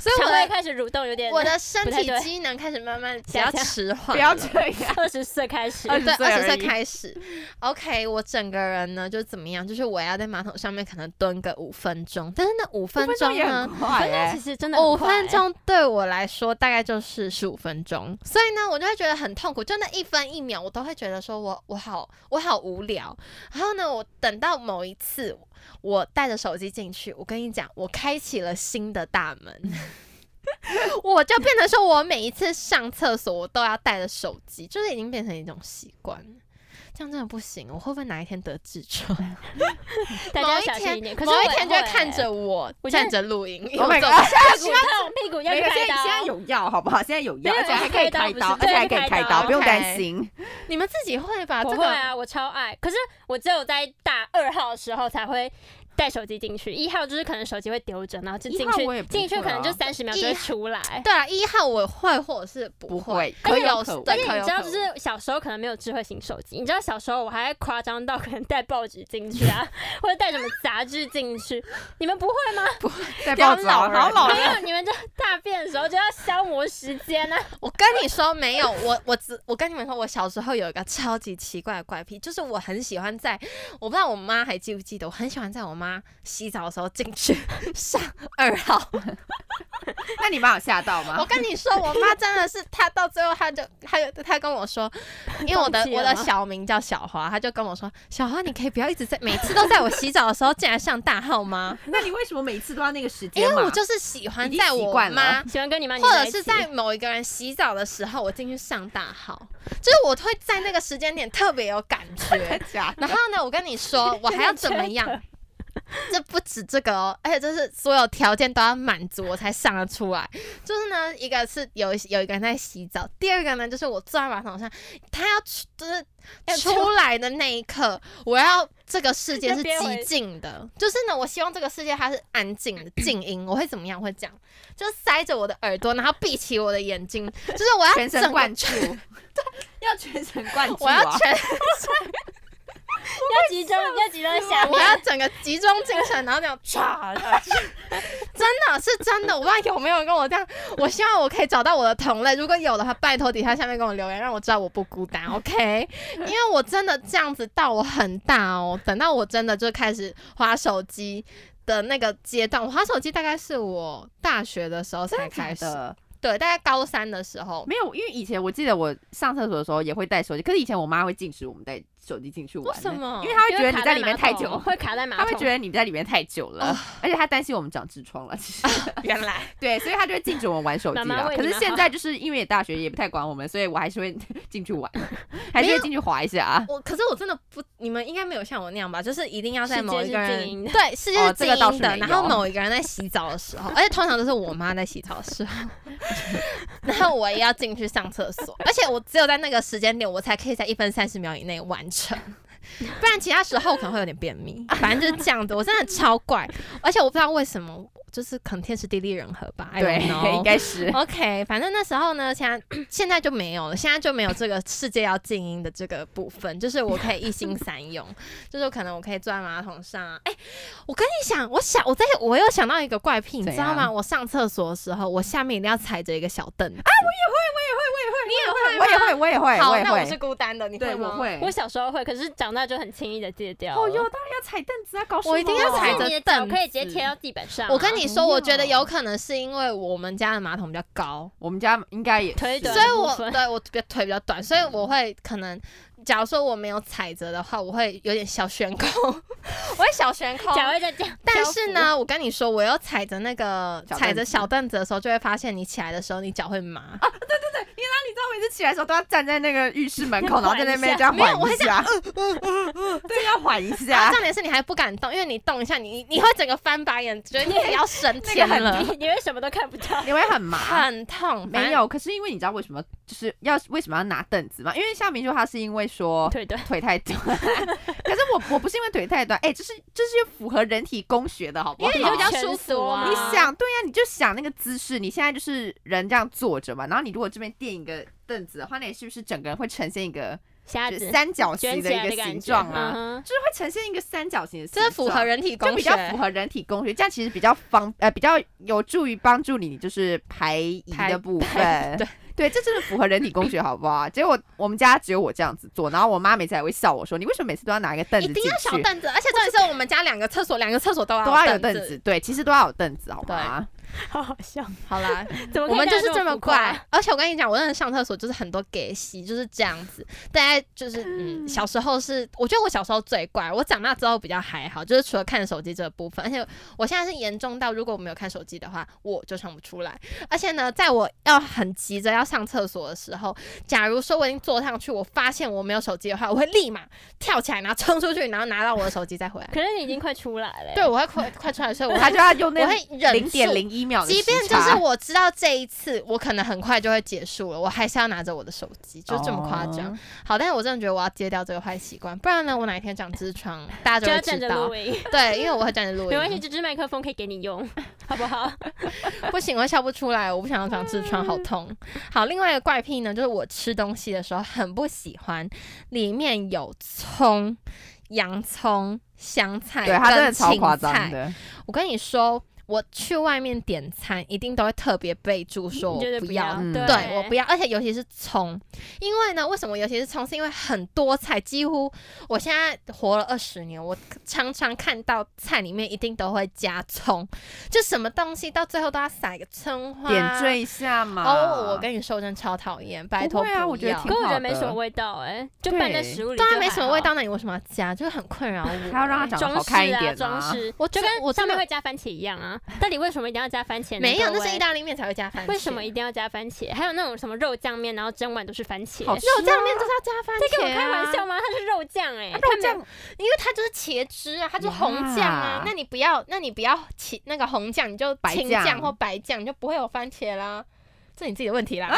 S1: 所以我
S3: 肠胃
S1: 的
S3: 开始蠕动有点。
S1: 我的身
S3: 不太
S1: 体
S3: 对
S1: 机能开始慢慢比
S3: 下
S1: 较
S3: 降
S1: 迟缓，
S2: 不要这样，
S3: 二十岁开始，
S2: 二
S1: 对，
S2: 岁
S1: 二十
S2: 而
S1: 岁
S2: 已
S1: 开始。OK，我整个人呢就怎么样？就是我要在马桶上面可能蹲个五分钟，但是那五分钟
S2: 也
S1: 呢
S2: 很，快
S3: 那
S2: 哎
S3: 其，实真的很
S1: 欸五
S3: 快欸
S1: 分，钟对我来说大概就是十五分钟，所以呢，我就会觉得很痛苦，就那一分一秒，我都会觉得说我我好我好无聊。然后呢，我等到某一次，我带着手机进去，我跟你讲，我开启了新的大 门。我就变成说，我每一次上厕所我都要带着手机，就是已经变成一种习惯了。这样真的不行，我会不会哪一天得痔疮？
S3: 大
S1: 某
S3: 家
S1: 一
S3: 小心一
S1: 天
S3: 点。，可是
S1: 某
S3: 我
S1: 一
S3: 也
S1: 天就会
S3: 欸
S1: 看着我
S3: 我觉得
S1: 站着录音，
S2: Oh my
S1: 有种
S2: god
S3: 屁股痛，屁股要
S2: 没
S3: 去
S2: 有，现
S3: 开
S2: 在现在
S3: 刀。
S2: 有药好不好？现在有药，
S3: 没有
S2: 而且还可以开刀，而
S3: 开刀不是
S2: 且还可以开刀，
S1: 对
S2: 不用担
S1: OK
S2: 心。
S1: 你们自己会吧？
S3: 我
S1: 这
S3: 会
S1: 个
S3: 啊，我超爱。可是我只有在大二号的时候才会带手机进去，一号就是可能手机会丢着，然后就进
S2: 一号我也
S3: 去，
S2: 不
S3: 进去
S2: 会啊
S3: 可能就三十秒就会出来。
S1: 对啊，一号我会或者是不
S2: 不会
S1: 可
S2: 可
S1: 有
S2: 有可无
S1: 对
S3: 而且
S1: 可
S3: 你
S1: 有
S3: 知道，
S1: 可
S3: 就
S1: 无
S3: 是小时候可能没有智慧型手机，你知道小时候我还夸张到可能带报纸进去啊， 或者带什么杂志进去。你们不会吗？
S2: 在
S1: 不要
S2: 报纸好
S1: 老人
S2: 好 老
S3: 没
S2: 人，
S3: 有，你们就大便的时候就要消磨时间啊。
S1: 我跟你说没有，我我只我跟你们说，我小时候有一个超级奇怪的怪癖，就是我很喜欢在，我不知道我妈还记不记得，我很喜欢在我妈洗澡的时候进 去上二号。
S2: 啊那你妈有吓到吗
S1: 我？跟你说，我妈真的是，她到最后她就她就她跟我 说，因为我的
S3: 放弃
S1: 我
S3: 了
S1: 的
S3: 吗
S1: 小名叫小花，她就跟我说，小花你可以不要一直在每次都在我洗澡的时候进来上大号吗？
S2: 那你为什么每次都要那个时
S1: 因
S2: 间
S1: 为
S2: 嘛？
S1: 我就是喜欢
S2: 已经
S1: 在
S2: 习
S1: 我
S2: 惯了
S1: 妈
S3: 喜欢跟你妈
S1: 或者
S3: 黏一
S1: 是
S3: 起
S1: 在某一个人洗澡的时候，我进去上大号，就是我会在那个时间点特别有感觉。
S2: 假
S1: 然后呢，我跟你说，我还要怎么 样？这不止这个哦，而且这是所有条件都要满足我才上得出来。就是呢，一个是有有一个人在洗澡，第二个呢就是我坐在马桶上，他要出就是
S3: 要出
S1: 出来的那一刻，我要这个世界
S3: 要
S1: 是
S3: 憋回
S1: 极静的，就是呢，我希望这个世界它是安静的静音，我会怎么样？会这样，就塞着我的耳朵，然后闭起我的眼睛，就是我要
S2: 全神
S1: 啊整个
S2: 贯注，啊要全神贯 注
S1: 我要
S2: 啊！
S1: 全，
S3: 要集中，要集中在 下
S1: 我
S3: 面。
S1: 要整个集中精神，然后那样唰， 真的是真的，我不知道有没有人跟我这样。我希望我可以找到我的同类，如果有的话，拜托底下下面跟我留言，让我知道我不孤单，OK？因为我真的这样子到我很大哦，等到我真的就开始划手机。的那个阶段，我划手机大概是我大学的时候才开
S2: 开
S1: 始，
S2: 的
S1: 对，大概高三的时候。
S2: 没有，因为以前我记得我上厕所的时候也会带手机，可是以前我妈会禁止我们带手机进去玩，
S1: 为什？么？
S2: 因为她会
S3: 因
S2: 觉得
S3: 为
S2: 你在
S3: 卡在
S2: 里面
S3: 马
S2: 太
S3: 桶
S2: 久，
S3: 会卡在马
S2: 她
S3: 桶。
S2: 会觉得你在里面太久了，而且她担心我们长痔疮了。其实
S1: 原来
S2: 对，所以她就会禁止我们玩手机
S3: 妈妈
S2: 了。
S3: 为
S2: 可
S3: 你
S2: 是
S3: 们
S2: 现
S3: 好
S2: 在就是因为大学也不太管我们，所以我还是会 进去玩，还
S1: 没
S2: 是会
S1: 有
S2: 进去滑一下啊。
S1: 我可是我真的不，你们应该没有像我那样吧？就是一定要在
S3: 世界
S1: 某一个
S3: 是
S1: 人
S3: 静音的
S1: 对世界
S2: 哦
S1: 是
S2: 这
S1: 静
S2: 个倒
S1: 音
S2: 是
S1: 的，
S2: 没
S1: 然
S2: 有
S1: 后某一个人在洗澡的时 候，而且通常都是我妈在洗澡的时候， 然后我也要进去上厕所，而且我只有在那个时间点，我才可以在一分三十秒以内完成。不然其他时候我可能会有点便 秘，反正就是这样子。我真的超怪，而且我不知道为什么，就是可能天时地利人和吧。I don't
S2: 对，
S1: know
S2: 应 该是
S1: OK，反正那时候呢，现在 现在就没有了，现在就没有这个世界要静音的这个部分，就是我可以一心三用， 就是可能我可以坐在马桶上、啊。哎、我跟你讲，我想我在我又想到一个怪癖，你
S2: 怎
S1: 知道吗？
S2: 样
S1: 我上厕所的时候，我下面一定要踩着一个小凳子。
S2: 我也会，我也会，哎我
S1: 好，
S2: 也
S1: 那我是
S2: 会，
S1: 孤单的，你
S2: 对，
S1: 会
S2: 我
S1: 吗？。
S2: 会。
S3: 我小时候会，可是长大就很轻易的戒掉了。
S2: 哦哟，当然要踩凳子啊，搞什么？
S1: 我一定要踩
S3: 就
S1: 着
S3: 是你的脚
S1: 凳
S3: 可以直接
S2: 子
S3: 贴到地板上啊。
S1: 我跟你说，我觉得
S2: 不要
S1: 有可能是因为我们家的马桶比较高，
S2: 我们家应该也
S3: 推
S2: 是
S3: 的
S1: 所以
S3: 部
S1: 我
S3: 分
S1: 对我比较腿比较短，所以我会可能，假如说我没有踩着的话，我会有点小悬空， 我会小悬空，
S3: 脚会在这样，
S1: 但是呢，我跟你说，我要踩着那个
S2: 小凳子
S1: 踩着小凳子的时候，就会发现你起来的时候，你脚会 麻。
S2: 你知道每次起来的时候都要站在那个浴室门口，然
S3: 要
S2: 后
S3: 缓
S2: 在
S3: 一下
S2: 那边这样
S1: 没有我
S2: 缓一
S1: 会这
S2: 下，对，要缓一
S1: 然后
S2: 下。
S1: 重点是你还不敢动，因为你动一下，你你会整个翻白眼，觉得你要 升天了，
S3: 你你会什么都看不到。
S2: 你会很麻，
S1: 很痛。
S2: 没，有。可是因为你知道为什么就是要为什么要拿凳子吗？因为夏明说他是因为说
S3: 对对，
S2: 腿太短，可是我我不是因为腿太短，哎，这是这是符合人体工学的好不
S1: 因
S2: 好？
S1: 为你就比较舒服啊。
S3: 你
S2: 你想，对呀、你就想那个姿势，你现在就是人这样坐着嘛，然后你如果这边垫一个凳子的话，那你是不是整个人会呈现一个
S3: 虾
S2: 就
S3: 子
S2: 三角形
S3: 卷起
S2: 的
S3: 来
S2: 一个
S3: 感
S2: 形
S3: 觉，
S2: 状啊，
S3: 嗯哼
S2: 就是会呈现一个三角形的形
S1: 这符
S2: 状，
S1: 合人体
S2: 就
S1: 工
S2: 比
S1: 学，
S2: 较符合人体工学，这样其实比较方呃比较有助于帮助你就是排遗
S1: 排
S2: 的部
S1: 排
S2: 分。
S1: 对
S2: 对，这真的符合人体工学，好不好？结果我们家只有我这样子做，然后我妈每次还会笑我说：“你为什么每次都要拿一个凳子
S1: 一
S2: 进
S1: 定要小
S2: 去？
S1: 凳子，而且重点是我们家两个厕所，两个厕所都要
S2: 都要有
S1: 凳
S2: 凳子。。”对，其实都要有凳子，好吗？
S3: 好好笑，
S1: 好 啦，
S3: 怎么可
S1: 我
S3: 以
S1: 们就是
S3: 这
S1: 这么
S3: 浮
S1: 怪，而且我跟你讲，我那上厕所就是很多给洗，就是这样子。大家就是嗯，小时候是，我觉得我小时候最怪，我长大之后比较还好，就是除了看手机这个部分，而且我现在是严重到，如果我没有看手机的话，我就想不出来。而且呢，在我要很急着要上厕所的时候，假如说我已经坐上去，我发现我没有手机的话，我会立马跳起来，然后冲出去，然后拿到我的手机再回来。
S3: 可是你已经快出来了欸，
S1: 对，我会快快出来，所以我
S2: 他
S1: 会
S2: 就要用 那
S1: 我会忍
S2: 零点
S1: 住
S2: 零一秒的
S1: 即
S2: 时
S1: 便就
S2: 差
S1: 是我知道这一次我可能很快就会结束了，我还是要拿着我的手机，就这么夸张。
S2: 哦
S1: 好，但是我真的觉得我要戒掉这个坏习惯，不然呢，我哪一天长痔 疮，大家
S3: 就
S1: 就
S3: 要
S1: 会
S3: 站
S1: 知
S3: 着
S1: 道
S3: 录。音，
S1: 对，因为我会站着录
S3: 没关系，
S1: 音，
S3: 这支麦克风可以给你用，好不好？
S1: 不行，我笑不出来，我不想要长痔疮，好痛。
S2: 嗯
S1: 好，另外一个怪癖呢，就是我吃东西的时候很不喜欢里面有葱、洋葱、香菜
S2: 对他真的
S1: 跟
S2: 超夸
S1: 芹
S2: 张
S1: 菜。
S2: 的，
S1: 我跟你说，我去外面点餐一定都会特别备注说
S3: 你
S1: 我
S3: 觉得
S1: 不
S3: 要
S1: 要，
S2: 嗯
S3: 对
S1: 对我不要，而且尤其是葱，因为呢，为什么尤其是葱？是因为很多菜，几乎我现在活了二十年，我常常看到菜里面一定都会加葱，就什么东西到最后都要撒一个葱花
S2: 点缀。一下嘛。
S1: 哦，我跟你说，我真的超讨厌，拜
S2: 不
S1: 托
S2: 会啊我觉得
S1: 要
S2: 挺
S3: 可我觉
S2: 好
S3: 得没什么
S2: 的
S3: 味道哎、就拌
S2: 对
S3: 在食物里，
S1: 对啊，没什么味道，，那你为什么要加？就是很困扰我。
S2: 还要让它长得
S3: 装
S2: 好
S3: 饰
S2: 看一
S3: 啊，
S2: 点
S3: 装
S2: 啊。
S3: 饰，
S1: 我
S3: 就
S1: 真
S3: 跟
S1: 我真
S3: 上面
S1: 的
S3: 会加番茄一样啊。 到底为什么一定要加番茄呢？
S1: 没有，
S3: 各
S1: 那是
S3: 位
S1: 意大利面才会加番茄。
S3: 为什么一定要加番茄？还有那种什么肉酱面，然后整碗都是番茄，
S2: 好
S3: 在
S1: 肉酱面就是要加番茄、啊？
S3: 跟我开玩笑吗？它是肉酱哎、
S2: 啊
S3: 它
S2: 肉
S3: 没
S2: 酱
S3: 有
S1: 因为它就是茄汁啊，它就是红酱啊
S2: 呀。
S1: 那你不要，那你不要青那个红酱，你就
S2: 白
S1: 青
S2: 酱
S1: 酱或白酱，你就不会有番茄啦。啊这你自己的问题啦。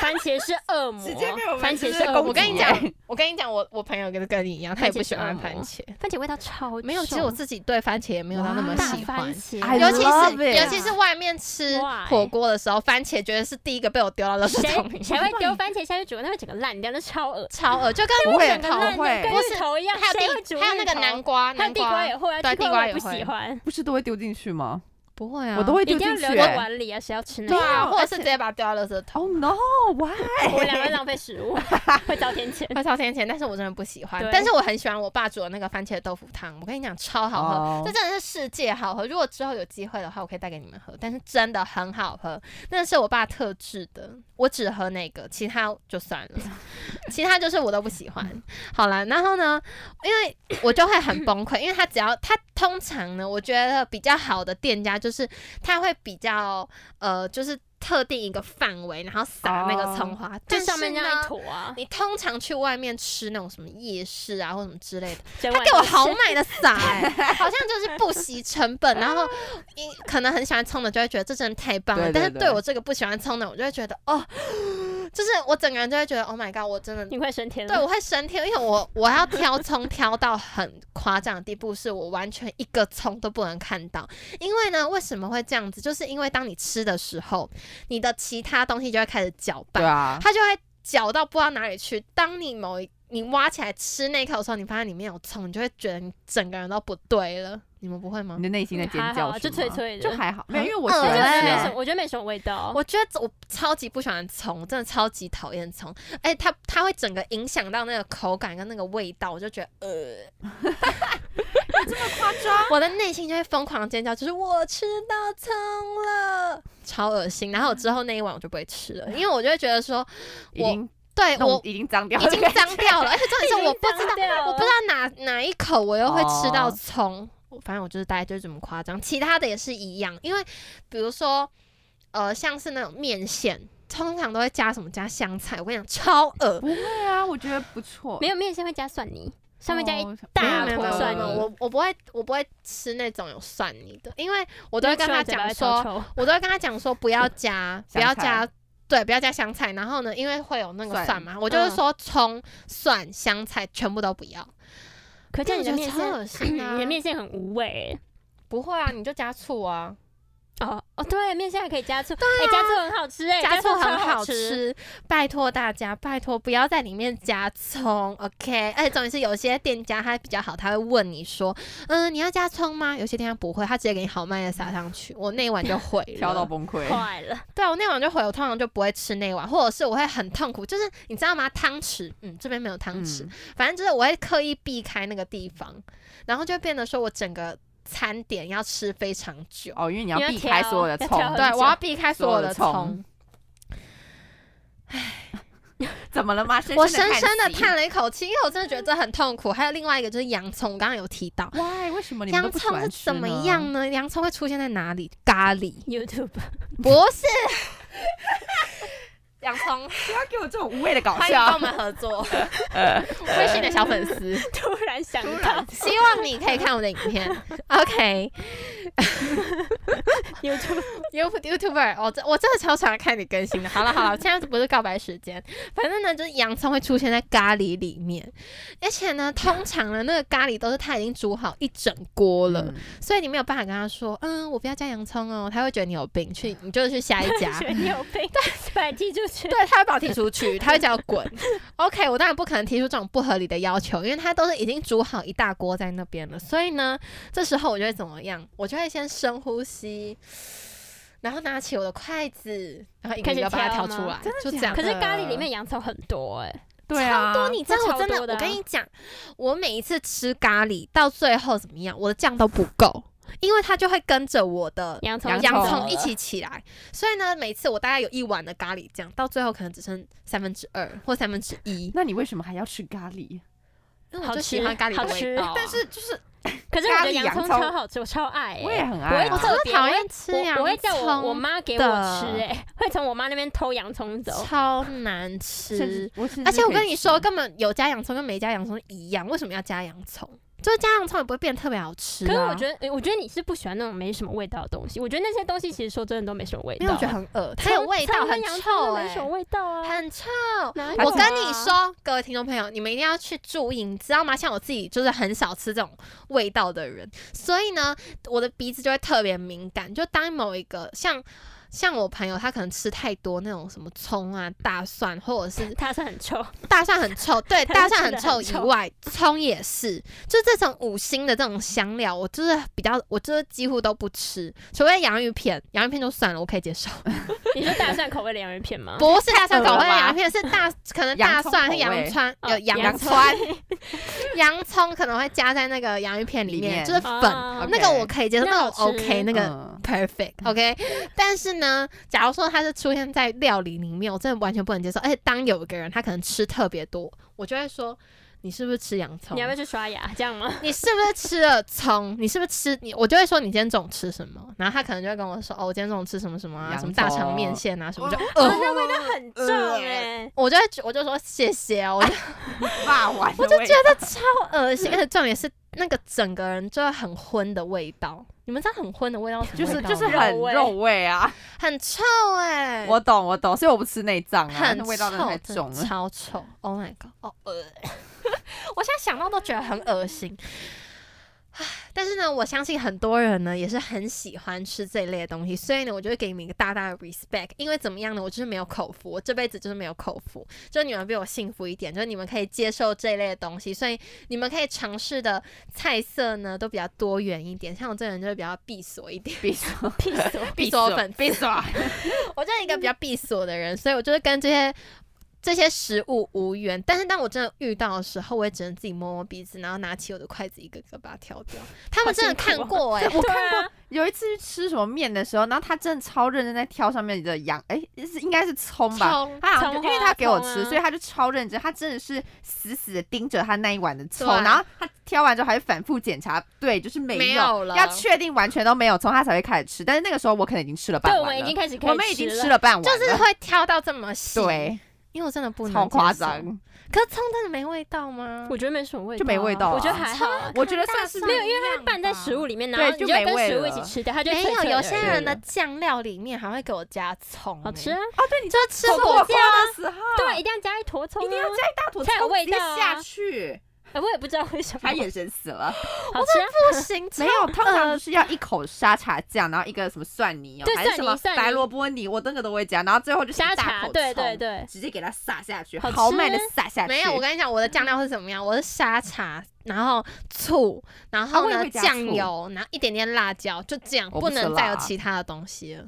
S3: 番茄是恶魔
S2: 直接被我，们
S3: 番
S2: 就
S3: 茄
S2: 是
S3: 是恶
S2: 攻
S3: 魔。
S1: 我跟你
S2: 击
S1: 讲
S2: 耶，
S1: 我跟你讲，我我朋友跟跟你一样，他也不喜欢番
S3: 番茄
S1: 茄。
S3: 番茄味道超
S1: 没有，其实我自己对番茄也没有到那么
S2: 哇
S3: 大
S1: 喜
S3: 番
S1: 欢。
S3: 茄，
S2: 哎 I
S1: 尤其
S2: love
S1: 是
S2: it
S1: 尤其是外面吃
S3: Why？
S1: 火锅的时候，番茄绝对是第一个被我丢到垃圾桶里
S3: 谁谁
S1: 面，
S3: 会丢番茄下去煮？那会整个烂掉，那超恶心。
S1: 超恶，就跟
S2: 不会
S1: 芋
S3: 整个
S1: 头，
S3: 烂
S2: 不会
S3: 掉，跟
S1: 不是
S3: 芋头一样，
S1: 哦还有
S3: 谁会煮
S1: 地还有那个
S3: 芋头
S1: 南瓜，
S3: 还有
S1: 南
S3: 地瓜也会啊，
S1: 对
S3: 地
S1: 地瓜
S3: 我也
S1: 也
S3: 不
S1: 会
S3: 喜欢，
S2: 不是都会丢进去吗？
S1: 不会啊，
S2: 我都会
S3: 一
S2: 丢
S3: 定要
S2: 进去、
S3: 留在
S2: 欸。
S3: 碗里啊，谁要吃那
S1: 对
S3: 个？
S1: 啊，
S2: 对啊
S1: 或者
S2: 而
S1: 是直接把它丢到垃圾桶。
S2: Oh no! Why?
S3: 我们两个浪费 食物，会遭天谴。
S1: 会超甜甜，但是我真的不喜欢
S3: 对。
S1: 但是我很喜欢我爸煮的那个番茄豆腐汤，我跟你讲超好喝
S2: 哦
S1: 这真的是世界好喝。如果之后有机会的话，我可以带给你们喝，但是真的很好喝，那是我爸特制的，我只喝那个，其他就算了， 其他就是我都不喜欢。好啦，然后呢，因为我就会很崩溃，因为他只要他通常呢，我觉得比较好的店家就是他会比较呃，就是特定一个范围，然后撒那个葱花，
S3: 哦就
S1: 但
S3: 上面
S1: 是
S3: 那
S1: 呢
S3: 样一坨啊，
S1: 你通常去外面吃那种什么夜市啊，或什么之类的，
S3: 整
S1: 他
S3: 碗
S1: 给我
S3: 都是
S1: 豪迈的撒、欸，好像就是不惜成本。然后，因可能很喜欢葱的就会觉得这真的太棒了，
S2: 对对
S1: 但是
S2: 对
S1: 对我这个不喜欢葱的，我就会觉得哦， 就是我整个人就会觉得 Oh my god，我真的
S3: 你快升天
S1: 对
S3: 了。
S1: 我会升天，因为我我要挑葱挑到很夸张的地步，是我完全一个葱都不能看到。因为呢，为什么会这样子？就是因为当你吃的时候，你的其他东西就会开始搅拌
S2: 对。啊，
S1: 它就会搅到不知道哪里去。当你某一你挖起来吃那一口的时候，你发现里面有葱，你就会觉得你整个人都不对了。你们不会吗
S2: 你？的内心在尖
S3: 还好
S2: 叫是吗，
S3: 啊就脆脆的
S2: 就还好。没有，因为我
S1: 很
S2: 喜
S3: 我
S2: 欢
S3: 觉得
S2: 吃
S3: 没什
S2: 啊
S3: 么，我觉得没什么味道。
S1: 我觉得我超级不喜欢葱，我真的超级讨厌葱。哎、它它会整个影响到那个口感跟那个味道，我就觉得呃，
S2: 夸张。
S1: 我的内心就会疯狂尖叫，就是我吃到葱了，超恶心。然后我之后那一碗我就不会吃了，因为我就会觉得说，
S2: 已
S1: 我
S2: 经
S1: 对
S2: 弄
S1: 我
S2: 已经脏掉了，
S1: 已经脏掉了，而且重点是我不知道
S3: 已经脏掉了
S1: 我不知道哪哪一口我又会吃到葱，我反正我就是大概就是这么夸张，其他的也是一样，因为比如说呃像是那种面线，通常都会加什么加香菜，我跟你讲超恶
S2: 不会啊，我觉得不错。
S3: 没有面线会加蒜泥，上面加一
S2: 哦
S3: 大
S1: 没有
S3: 坨
S1: 没有没
S3: 蒜
S1: 有没有
S3: 泥，
S1: 我我不会我不会吃那种有蒜泥的，因为我都会跟他
S3: 那吃完
S1: 讲
S3: 嘴巴会
S1: 说，
S3: 超臭，
S1: 我都会跟他讲说不要加不要
S2: 香菜
S1: 加。对，不要加香菜。然后呢，因为会有那个
S2: 蒜
S1: 蒜嘛，我就是
S3: 嗯
S1: 说葱、蒜、香菜全部都不要。
S3: 可见你的面
S1: 超
S3: 线， 嗯
S1: 恶心啊！
S3: 你的面线很无味欸。
S1: 不会啊，你就加醋啊。
S3: 哦哦，对，面线还可以加醋，哎、加醋很好吃哎、
S1: 啊加
S3: 醋
S1: 醋
S3: 超
S1: 很好
S3: 吃，
S1: 吃，拜托大家，拜托不要在里面加葱，OK？而且重点是有些店家他比较好，他会问你说，嗯，你要加葱吗？有些店家不会，他直接给你好卖的撒上去，我那一碗就毁了，
S2: 挑到崩溃。
S3: 坏了，
S1: 对啊，我那碗就毁，我通常就不会吃那碗，或者是我会很痛苦，就是你知道吗？汤匙，嗯，这边没有汤匙，
S2: 嗯
S1: 反正就是我会刻意避开那个地方，然后就变得说我整个餐点要吃非常久，
S2: 哦，因为你要
S3: 因为
S2: 避开
S3: 挑
S2: 所有的啊
S3: 要
S2: 葱，
S3: 挑很
S1: 对
S3: 久
S1: 我要避开所有的
S2: 所有的
S1: 葱。
S2: 怎么了吗？深
S1: 我深深的
S2: 地
S1: 叹了一口气，因为我真的觉得这很痛苦。还有另外一个就是洋葱，我刚刚有提到，
S2: ，why？为什么哦你们都
S1: 洋
S2: 不喜
S1: 葱
S2: 欢
S1: 是
S2: 吃
S1: 怎么
S2: 呢？
S1: 样呢？洋葱会出现在哪里？咖喱
S3: YouTube
S1: 不是洋葱，
S2: 不要给我这种无谓的搞
S1: 欢迎跟我
S2: 笑。呃
S1: 们合 作，微信的小粉丝，
S3: 突然想到
S1: 希望你可以看我的影片。OK，
S3: YouTube
S1: You YouTuber，我真我真的超常看你更新的。好了好了，现在不是告白时间，反正呢，就是洋葱会出现在咖喱里面，而且呢，通常呢，那个咖喱都是他已经煮好一整锅了，
S2: 嗯
S1: 所以你没有办法跟他说，嗯，我不要加洋葱哦，他会觉得你有病，去你就去下一 家
S3: 觉。得你有病，把你踢出 去，
S1: 对，他会把我踢出去，他会叫我滚。OK，我当然不可能提出这种不合理的要求，因为他都是已经煮好一大锅在那边了。所以呢，这时候我就会怎么样？我就会先深呼吸，然后拿起我的筷子，然后一个
S3: 开
S1: 一
S3: 始
S1: 个把它挑
S3: 挑吗
S1: 出来，
S2: 真的
S1: 就这
S2: 假
S1: 样。
S3: 可是咖喱里面洋葱很多哎、
S2: 对啊，
S1: 多你知道
S3: 那
S1: 我
S3: 超
S1: 真的，
S3: 多的
S1: 我
S3: 啊
S1: 跟你讲，我每一次吃咖喱到最后怎么样，我的酱都不够，因为它就会跟着我的
S3: 洋葱
S2: 洋
S1: 洋
S2: 葱
S1: 葱一起起来。所以呢，每次我大概有一碗的咖喱酱，到最后可能只剩三分之二或三分之一，
S2: 那你为什么还要吃咖喱？
S1: 因为
S3: 好
S1: 我就
S3: 吃
S1: 喜欢咖喱
S3: 好
S1: 的
S3: 吃
S1: 味道啊。
S2: 但是就是
S3: 可是我觉
S2: 咖
S3: 得
S2: 喱
S3: 洋葱
S2: 洋葱
S3: 超好吃，我超爱、欸，
S2: 我也很
S3: 我
S2: 爱啊，
S3: 会
S1: 我真的讨厌吃洋
S3: 我
S1: 葱，
S3: 我会叫我我妈给我吃、欸，会从我妈那边偷洋葱走。
S1: 超难
S2: 甚
S1: 吃
S2: 至。我甚至
S1: 而且我
S2: 可以
S1: 跟你说，
S2: 吃
S1: 根本有加洋葱跟没加洋葱一样，为什么要加洋葱？就是加洋葱也不会变得特别好吃、啊。
S3: 可是我觉得，欸我觉得你是不喜欢那种没什么味道的东西。我觉得那些东西其实说真的都没什么味道
S1: 因
S3: 啊，
S1: 为我觉得很恶，它
S3: 葱
S1: 有味道，
S3: 葱跟
S1: 很
S3: 洋葱
S1: 臭
S3: 都
S1: 哎、
S3: 没什么味道啊。
S1: 很臭。
S3: 哪有
S1: 哎我跟你
S3: 啊，
S1: 说，各位听众朋友，你们一定要去注意，你知道吗？像我自己就是很少吃这种味道的人，所以呢，我的鼻子就会特别敏感。就当某一个像像我朋友，他可能吃太多那种什么葱啊、大蒜，或者 是
S3: 它是很臭，
S1: 大蒜很臭，对，
S3: 他
S1: 大
S3: 们吃
S1: 蒜
S3: 得
S1: 很
S3: 很
S1: 臭以
S3: 臭
S1: 外，葱也是，就这种五星的这种香料，我就是比较，我就是几乎都不吃，除非洋芋片，洋芋片就算了，我可以接受。
S3: 你说大蒜口味的洋芋片吗？
S1: 不是大蒜口
S2: 恶
S1: 味
S2: 了
S1: 的
S2: 吧
S1: 洋芋片，是大可能大
S2: 洋葱
S1: 蒜是
S2: 口
S1: 洋
S2: 味
S1: 川
S3: 哦
S1: 有洋
S3: 洋
S1: 葱，洋葱可能会加在那个洋芋片里
S2: 里
S1: 面，
S2: 面
S1: 就是粉。
S3: 啊
S1: 那个我可以接受，
S3: 那
S1: 那我
S3: 好吃
S1: OK，那个
S2: 嗯
S1: perfect OK。但是呢，假如说它是出现在料理里面，我真的完全不能接受。而且当有一个人他可能吃特别多，我就会说。你是不是吃洋葱？
S3: 你要不要去刷牙？这样吗？
S1: 你是不是吃了葱？你是不是吃你？我就会说你今天中午吃什么，然后他可能就会跟我说哦，我今天中午吃什么什么啊，
S2: 洋
S1: 什么大肠
S2: 葱
S1: 面线啊什么就，
S2: 呃
S3: 那味 道很重哎、
S1: 我就会觉我就说谢谢哦，我
S2: 哎
S1: 就
S2: 骂完，
S1: 我就觉得超恶心，而且重点是那个整个人就会很昏的味道。你们知道很昏的味道是
S2: 就
S1: 什么味道吗
S2: 是就是
S3: 肉
S2: 很
S3: 味
S2: 肉味嗯啊！
S1: 很臭哎、
S2: 我懂我懂，所以我不吃内脏啊，
S1: 很
S2: 那
S1: 臭，
S2: 味道真的太重啊
S1: 真的
S2: 了。
S1: 超臭！Oh my god！哦呃，我现在想到都觉得很恶心。唉但是呢，我相信很多人呢也是很喜欢吃这一类的东西，所以呢，我就会给你们一个大大的 respect，因为怎么样呢，我就是没有口福，我这辈子就是没有口福，就是你们比我幸福一点，就是你们可以接受这一类的东西，所以你们可以尝试的菜色呢都比较多元一点，像我这个人就是比较闭锁一点，
S2: 闭锁，
S3: 屁 锁，
S1: 闭锁粉
S2: 闭锁，
S1: 我就是一个比
S2: 嗯
S1: 较闭锁的人，所以我就是跟这些这些食物无缘。但是当我真的遇到的时候，我也只能自己摸摸鼻子，然后拿起我的筷子一个个把它挑掉。他们真的看过哎、
S2: 我看
S3: 对
S2: 过
S3: 啊，
S2: 有一次去吃什么面的时候，然后他真的超认真在挑上面的洋，哎、是应该是葱吧？
S1: 葱
S2: 他好像
S3: 葱
S2: 就因为
S3: 花
S2: 他给我
S3: 葱啊
S2: 吃，所以他就超认真，他真的是死死的盯着他那一碗的葱，
S1: 对
S2: 然后他挑完之后还会反复检查，对，就是没有，
S1: 没有了
S2: 要确定完全都没有葱，他才会开始吃。但是那个时候我可能已经吃了半
S3: 对，
S2: 碗了，
S3: 我们已经开始可以
S2: 我们已经吃
S3: 了，
S2: 了半碗
S1: 就
S2: 了，
S1: 是会挑到这么细，，
S2: 对，
S1: 因为我真的不能
S2: 超夸
S1: 接受。
S2: 张，
S1: 可是葱真的没味道吗？
S3: 我觉得没什么味道啊，
S2: 就没味道啊
S3: 我觉得还好啊。
S2: 我觉得算是
S1: 没有，因为
S3: 它拌在食物里面，然
S2: 对
S3: 后你
S2: 就
S3: 会
S2: 没
S3: 跟
S2: 味
S3: 食物一起
S2: 了
S3: 吃掉，它就
S1: 没
S3: 脆
S1: 有，
S3: 脆
S1: 有
S3: 的
S1: 些人的酱料里面还会给我加葱、欸
S3: 好吃啊，
S2: 哦，对，你
S1: 就吃
S2: 火
S1: 火
S2: 锅
S1: 锅
S2: 的时候，
S3: 对，一定要加一坨葱啊，
S2: 一定要加一大坨
S3: 才有
S2: 葱
S3: 味
S2: 直接
S3: 道啊
S2: 下去，
S3: 哎我也不知道为什么。
S2: 他眼神死了。
S3: 好吃啊，
S1: 不行，
S2: 没有，通常就是要一口沙茶酱，然后一个什么蒜泥哦，
S3: 对
S2: 还是什
S3: 蒜泥
S2: 么
S3: 蒜泥
S2: 白萝卜泥，我那个都会加，然后最后就是
S3: 沙
S2: 一大
S3: 茶，
S2: 口
S3: 对对
S2: 葱，
S3: 对，
S2: 直接给它撒下去，
S3: 好吃
S2: 豪迈的撒下去。
S1: 没有，我跟你讲，我的酱料是怎么样？我是沙茶，然后醋，然
S2: 啊
S1: 后
S2: 我也
S1: 呢
S2: 会加醋
S1: 酱油，然后一点点辣椒，就这样，
S2: 我不
S1: 不
S2: 吃
S1: 能再有
S2: 辣
S1: 其他的东西了。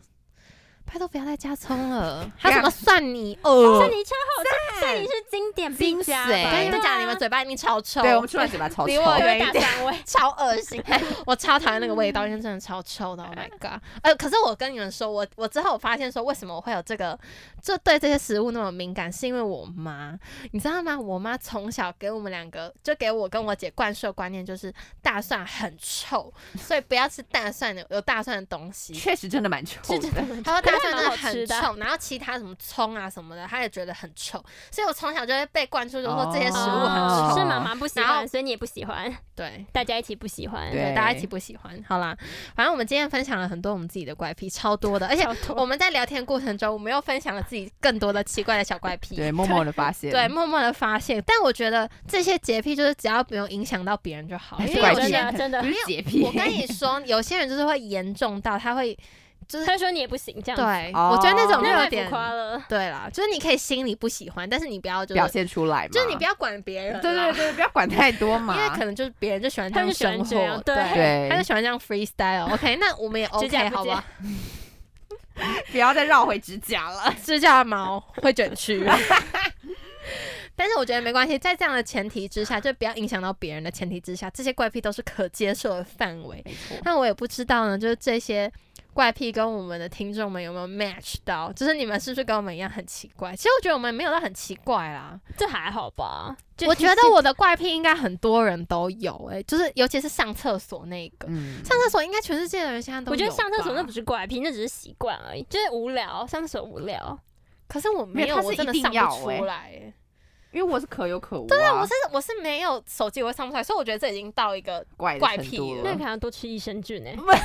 S1: 拜托不要再加葱 了，
S2: 这
S1: 还有
S2: 样
S1: 什么蒜泥？哦
S3: 蒜，泥超好
S2: 哎
S3: 吃，蒜泥是经典必
S2: 精
S3: 加吧。
S2: 髓
S1: 我跟你们
S3: 对啊
S1: 讲，你们嘴巴一定超臭，
S2: 对我们吃完嘴巴超
S1: 离
S2: 臭。
S1: 我
S3: 都
S1: 远
S3: 会
S1: 一
S3: 打
S1: 点
S3: 蒜 味。
S1: 超恶心，哎我超讨厌那个味道，因为真的超臭的。Oh my god！呃，可是我跟你们说，我我之后我发现说，为什么我会有这个，就对这些食物那么敏感，是因为我妈，你知道吗？我妈从小给我们两个，就给我跟我姐灌输的观念就是大蒜很臭，所以不要吃大蒜的有大蒜的东西。
S2: 确实真的蛮臭的，
S1: 她说大蒜真
S3: 蛮
S1: 的
S3: 好吃
S1: 很
S3: 的啊
S1: 臭，然后其他什么葱啊什么的，她也觉得很臭，所以我从小就会被灌输，就说这 些食物很
S2: 哦
S1: 臭。啊
S3: 是妈妈不喜
S1: 然
S3: 欢，
S1: 后
S3: 所以你也不喜欢，
S1: 对，
S3: 大家一起不喜欢。
S2: 对
S1: 大家一起不喜欢。好啦，反正我们今天分享了很多我们自己的怪癖，超多的，而且
S3: 超多
S1: 我们在聊天过程中，我们又分享了自己更多的奇怪的小怪癖。
S2: 对，默默的发现，
S1: 对，默默的发现，但我觉得这些洁癖就是只要不用影响到别人就好，因
S2: 还
S1: 为
S2: 是
S3: 怪
S1: 有
S3: 癖
S1: 些人
S3: 啊真的
S2: 不是洁癖。
S1: 我跟你说，有些人就是会严重到他会，就是
S3: 他说你也不行这样子，
S1: 对，
S2: 哦
S1: 我觉得那种就
S3: 那
S1: 有
S3: 太浮
S1: 点，
S3: 夸了。
S1: 对啦，就是你可以心里不喜欢，但是你不要就
S2: 表
S1: 是，
S2: 现出来嘛，
S1: 就是你不要管别人啦，
S2: 对对对，不要管太多嘛，
S1: 因为可能就是别人就喜欢这
S3: 他
S1: 样
S3: 们就喜欢
S1: 生
S3: 这样
S1: 活，
S3: 对
S2: 对
S1: 他就喜欢这样 freestyle。OK，那我们 也
S3: 指甲
S1: OK
S3: 不
S1: 好不
S3: 见
S1: 好？
S2: 不要再绕回指甲了。
S1: 指甲毛会卷曲。 但是我觉得没关系，在这样的前提之下，就不要影响到别人的前提之下，这些怪癖都是可接受的范围。
S2: 没错，
S1: 那我也不知道呢，就是这些怪癖跟我们的听众们有没有 match 到，就是你们是不是跟我们一样很奇怪？其实我觉得我们没有到很奇怪啦，
S3: 这还好吧？就
S1: 我觉得我的怪癖应该很多人都有、欸，诶， 就是尤其是上厕所那个，
S2: 嗯，
S1: 上厕所应该全世界的人现在都有
S3: 我觉得上厕所那
S1: 吧
S3: 不是怪癖，那只是习惯而已，就是无聊，上厕所无聊。
S1: 可是我
S2: 没
S1: 没有，
S2: 有它
S1: 我
S2: 是
S1: 真的
S2: 一定
S1: 上
S2: 要
S1: 不
S2: 欸
S1: 出来、欸。
S2: 因为我是可有可无、啊，对啊，
S1: 我是我是没有手机我会上不出来，所以我觉得这已经到一个，
S2: 怪
S1: 怪
S2: 的程
S1: 癖
S2: 度
S1: 了
S3: 那
S2: 了
S3: 可能要多吃益生菌哎，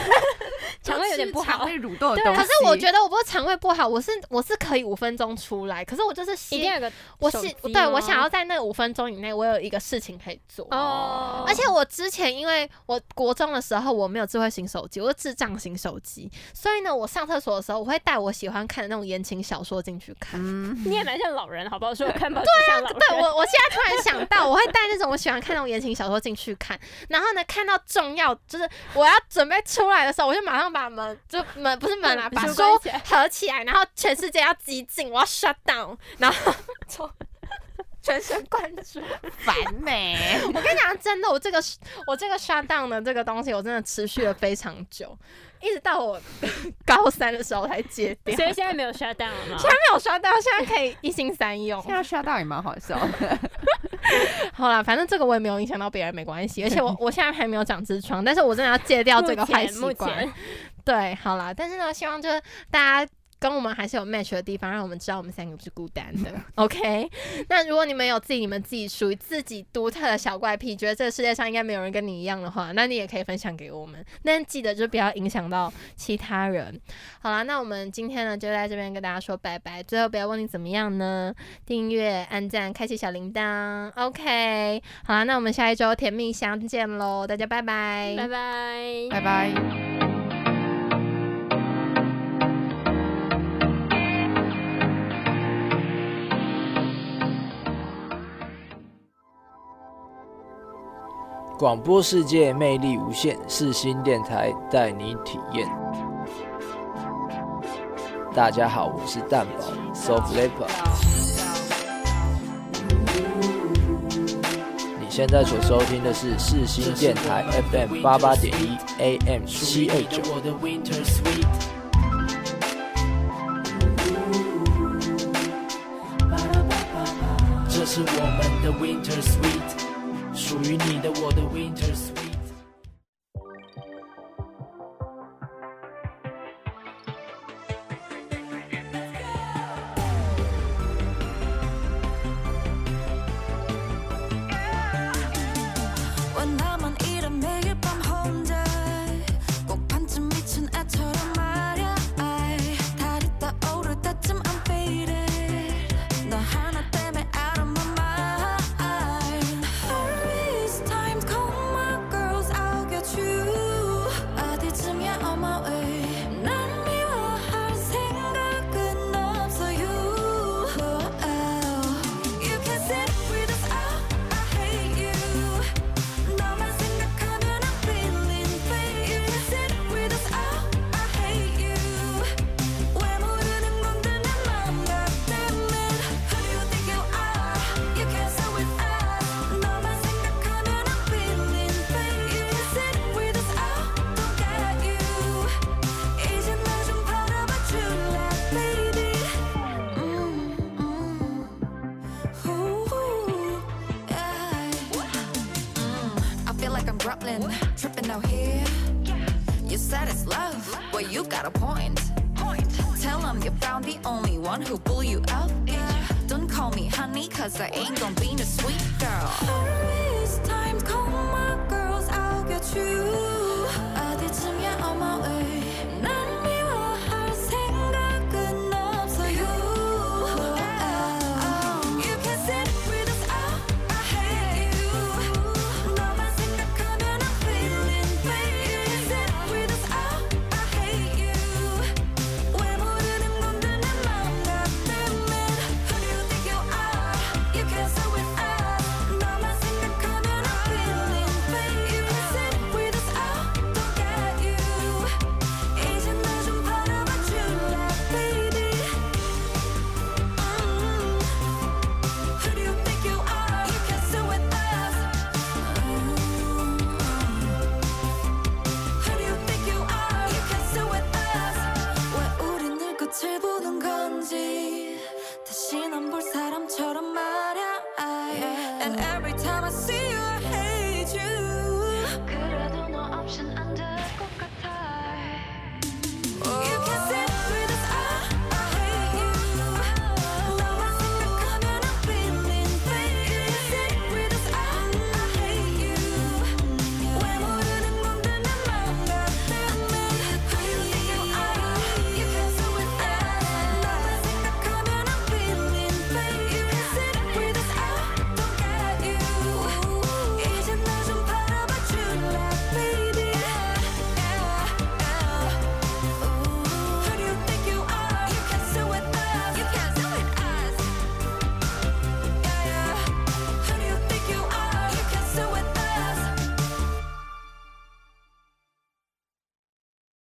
S3: 肠胃有点不
S2: 肠
S3: 好。
S2: 胃蠕动的
S3: 对
S2: 东
S3: 啊
S1: 可
S2: 西。
S1: 是我觉得我不是肠胃不好，我是我是可以五分钟出来，可是我就是希
S3: 一定要有个
S1: 我
S3: 手
S1: 是
S3: 机
S1: 对
S3: 吗
S1: 我想要在那五分钟以内，我有一个事情可以做。
S3: 哦，
S1: 而且我之前因为我国中的时候我没有智慧型手机，我是智障型手机，所以呢，我上厕所的时候我会带我喜欢看的那种言情小说进去看。
S2: 嗯，
S3: 你也蛮像老人，好不好？说我看报纸像老人。
S1: 对 我，我现在突然想到，我会带那种我喜欢看那种言情小说进去看，然后呢，看到重要就是我要准备出来的时候，我就马上把门就门不是门 啦、啊把
S3: 把书
S1: 书
S3: 关起啊来
S1: 合起来，然后全世界要激进，我要 shut down，然 后从全神贯注。
S2: 烦美、
S1: 我跟你讲，真的，我这个我这个 shut down 的这个东西，我真的持续了非常久，一直到我 高三的时候才戒掉。
S3: 所以现在没有 shut down 了吗？
S1: 现在没有 shut down，现在可以一心三用。
S2: 现在刷到也蛮好笑的，
S1: 好啦，反正这个我也没有影响到别人，没关系。而 且我我现在还没有长痔疮，但是我真的要戒掉这个坏习
S3: 目前目
S1: 惯
S3: 前。
S1: 对，好啦，但是呢，希望就是大家。跟我们还是有 match 的地方，让我们知道我们三个不是孤单的。OK，那如果你们有自己、你们自己属于自己独特的小怪癖，觉得这个世界上应该没有人跟你一样的话，那你也可以分享给我们。但记得就不要影响到其他人。好啦，那我们今天呢就在这边跟大家说拜拜。最后不要忘记怎么样呢？订阅、按赞、开启小铃铛。OK，好啦，那我们下一周甜蜜相见喽，大家拜拜，
S3: 拜拜。
S2: 拜拜。
S4: 广播世界魅力无限，四新电台带你体验。大家好，我是蛋宝 Soft Leper。你现在所收听的是四新电台 FM 八八点一 AM 七二九。
S5: 我的 Winter Sweet。这是我们的 Winter Sweet，属于你的我的 Winter Sweet。
S6: 왜 나만 이래 매일 밤 혼자 꼭 반쯤 미친 애처럼 말야 달이 떠오를 때쯤 I'm faded 너 하나 때문에 out of my mind Hurry 고마워해 난 미워할 생각은 없어요 Oh, You can sit with us, oh, I hate you 너만 생각하면 I'm feeling bad You can sit with us, oh, I hate you 왜 모르는 건데 내 맘 같다면 Who do you think you are? You can't sit with us 너만 생각하면 I'm feeling bad You can sit with us, oh, forget you 이제 나 좀 바라봐 줄래 baby 음, 음. Ooh, yeah. Mm, I feel like I'm grumbling, tripping out here. You said it's love, well, you got a point. Tell them you found the only one who pull you up. Yeah. Don't call me honey, cause I ain't gonna be no sweet girl. Harvest times, call my girls, I'll get you.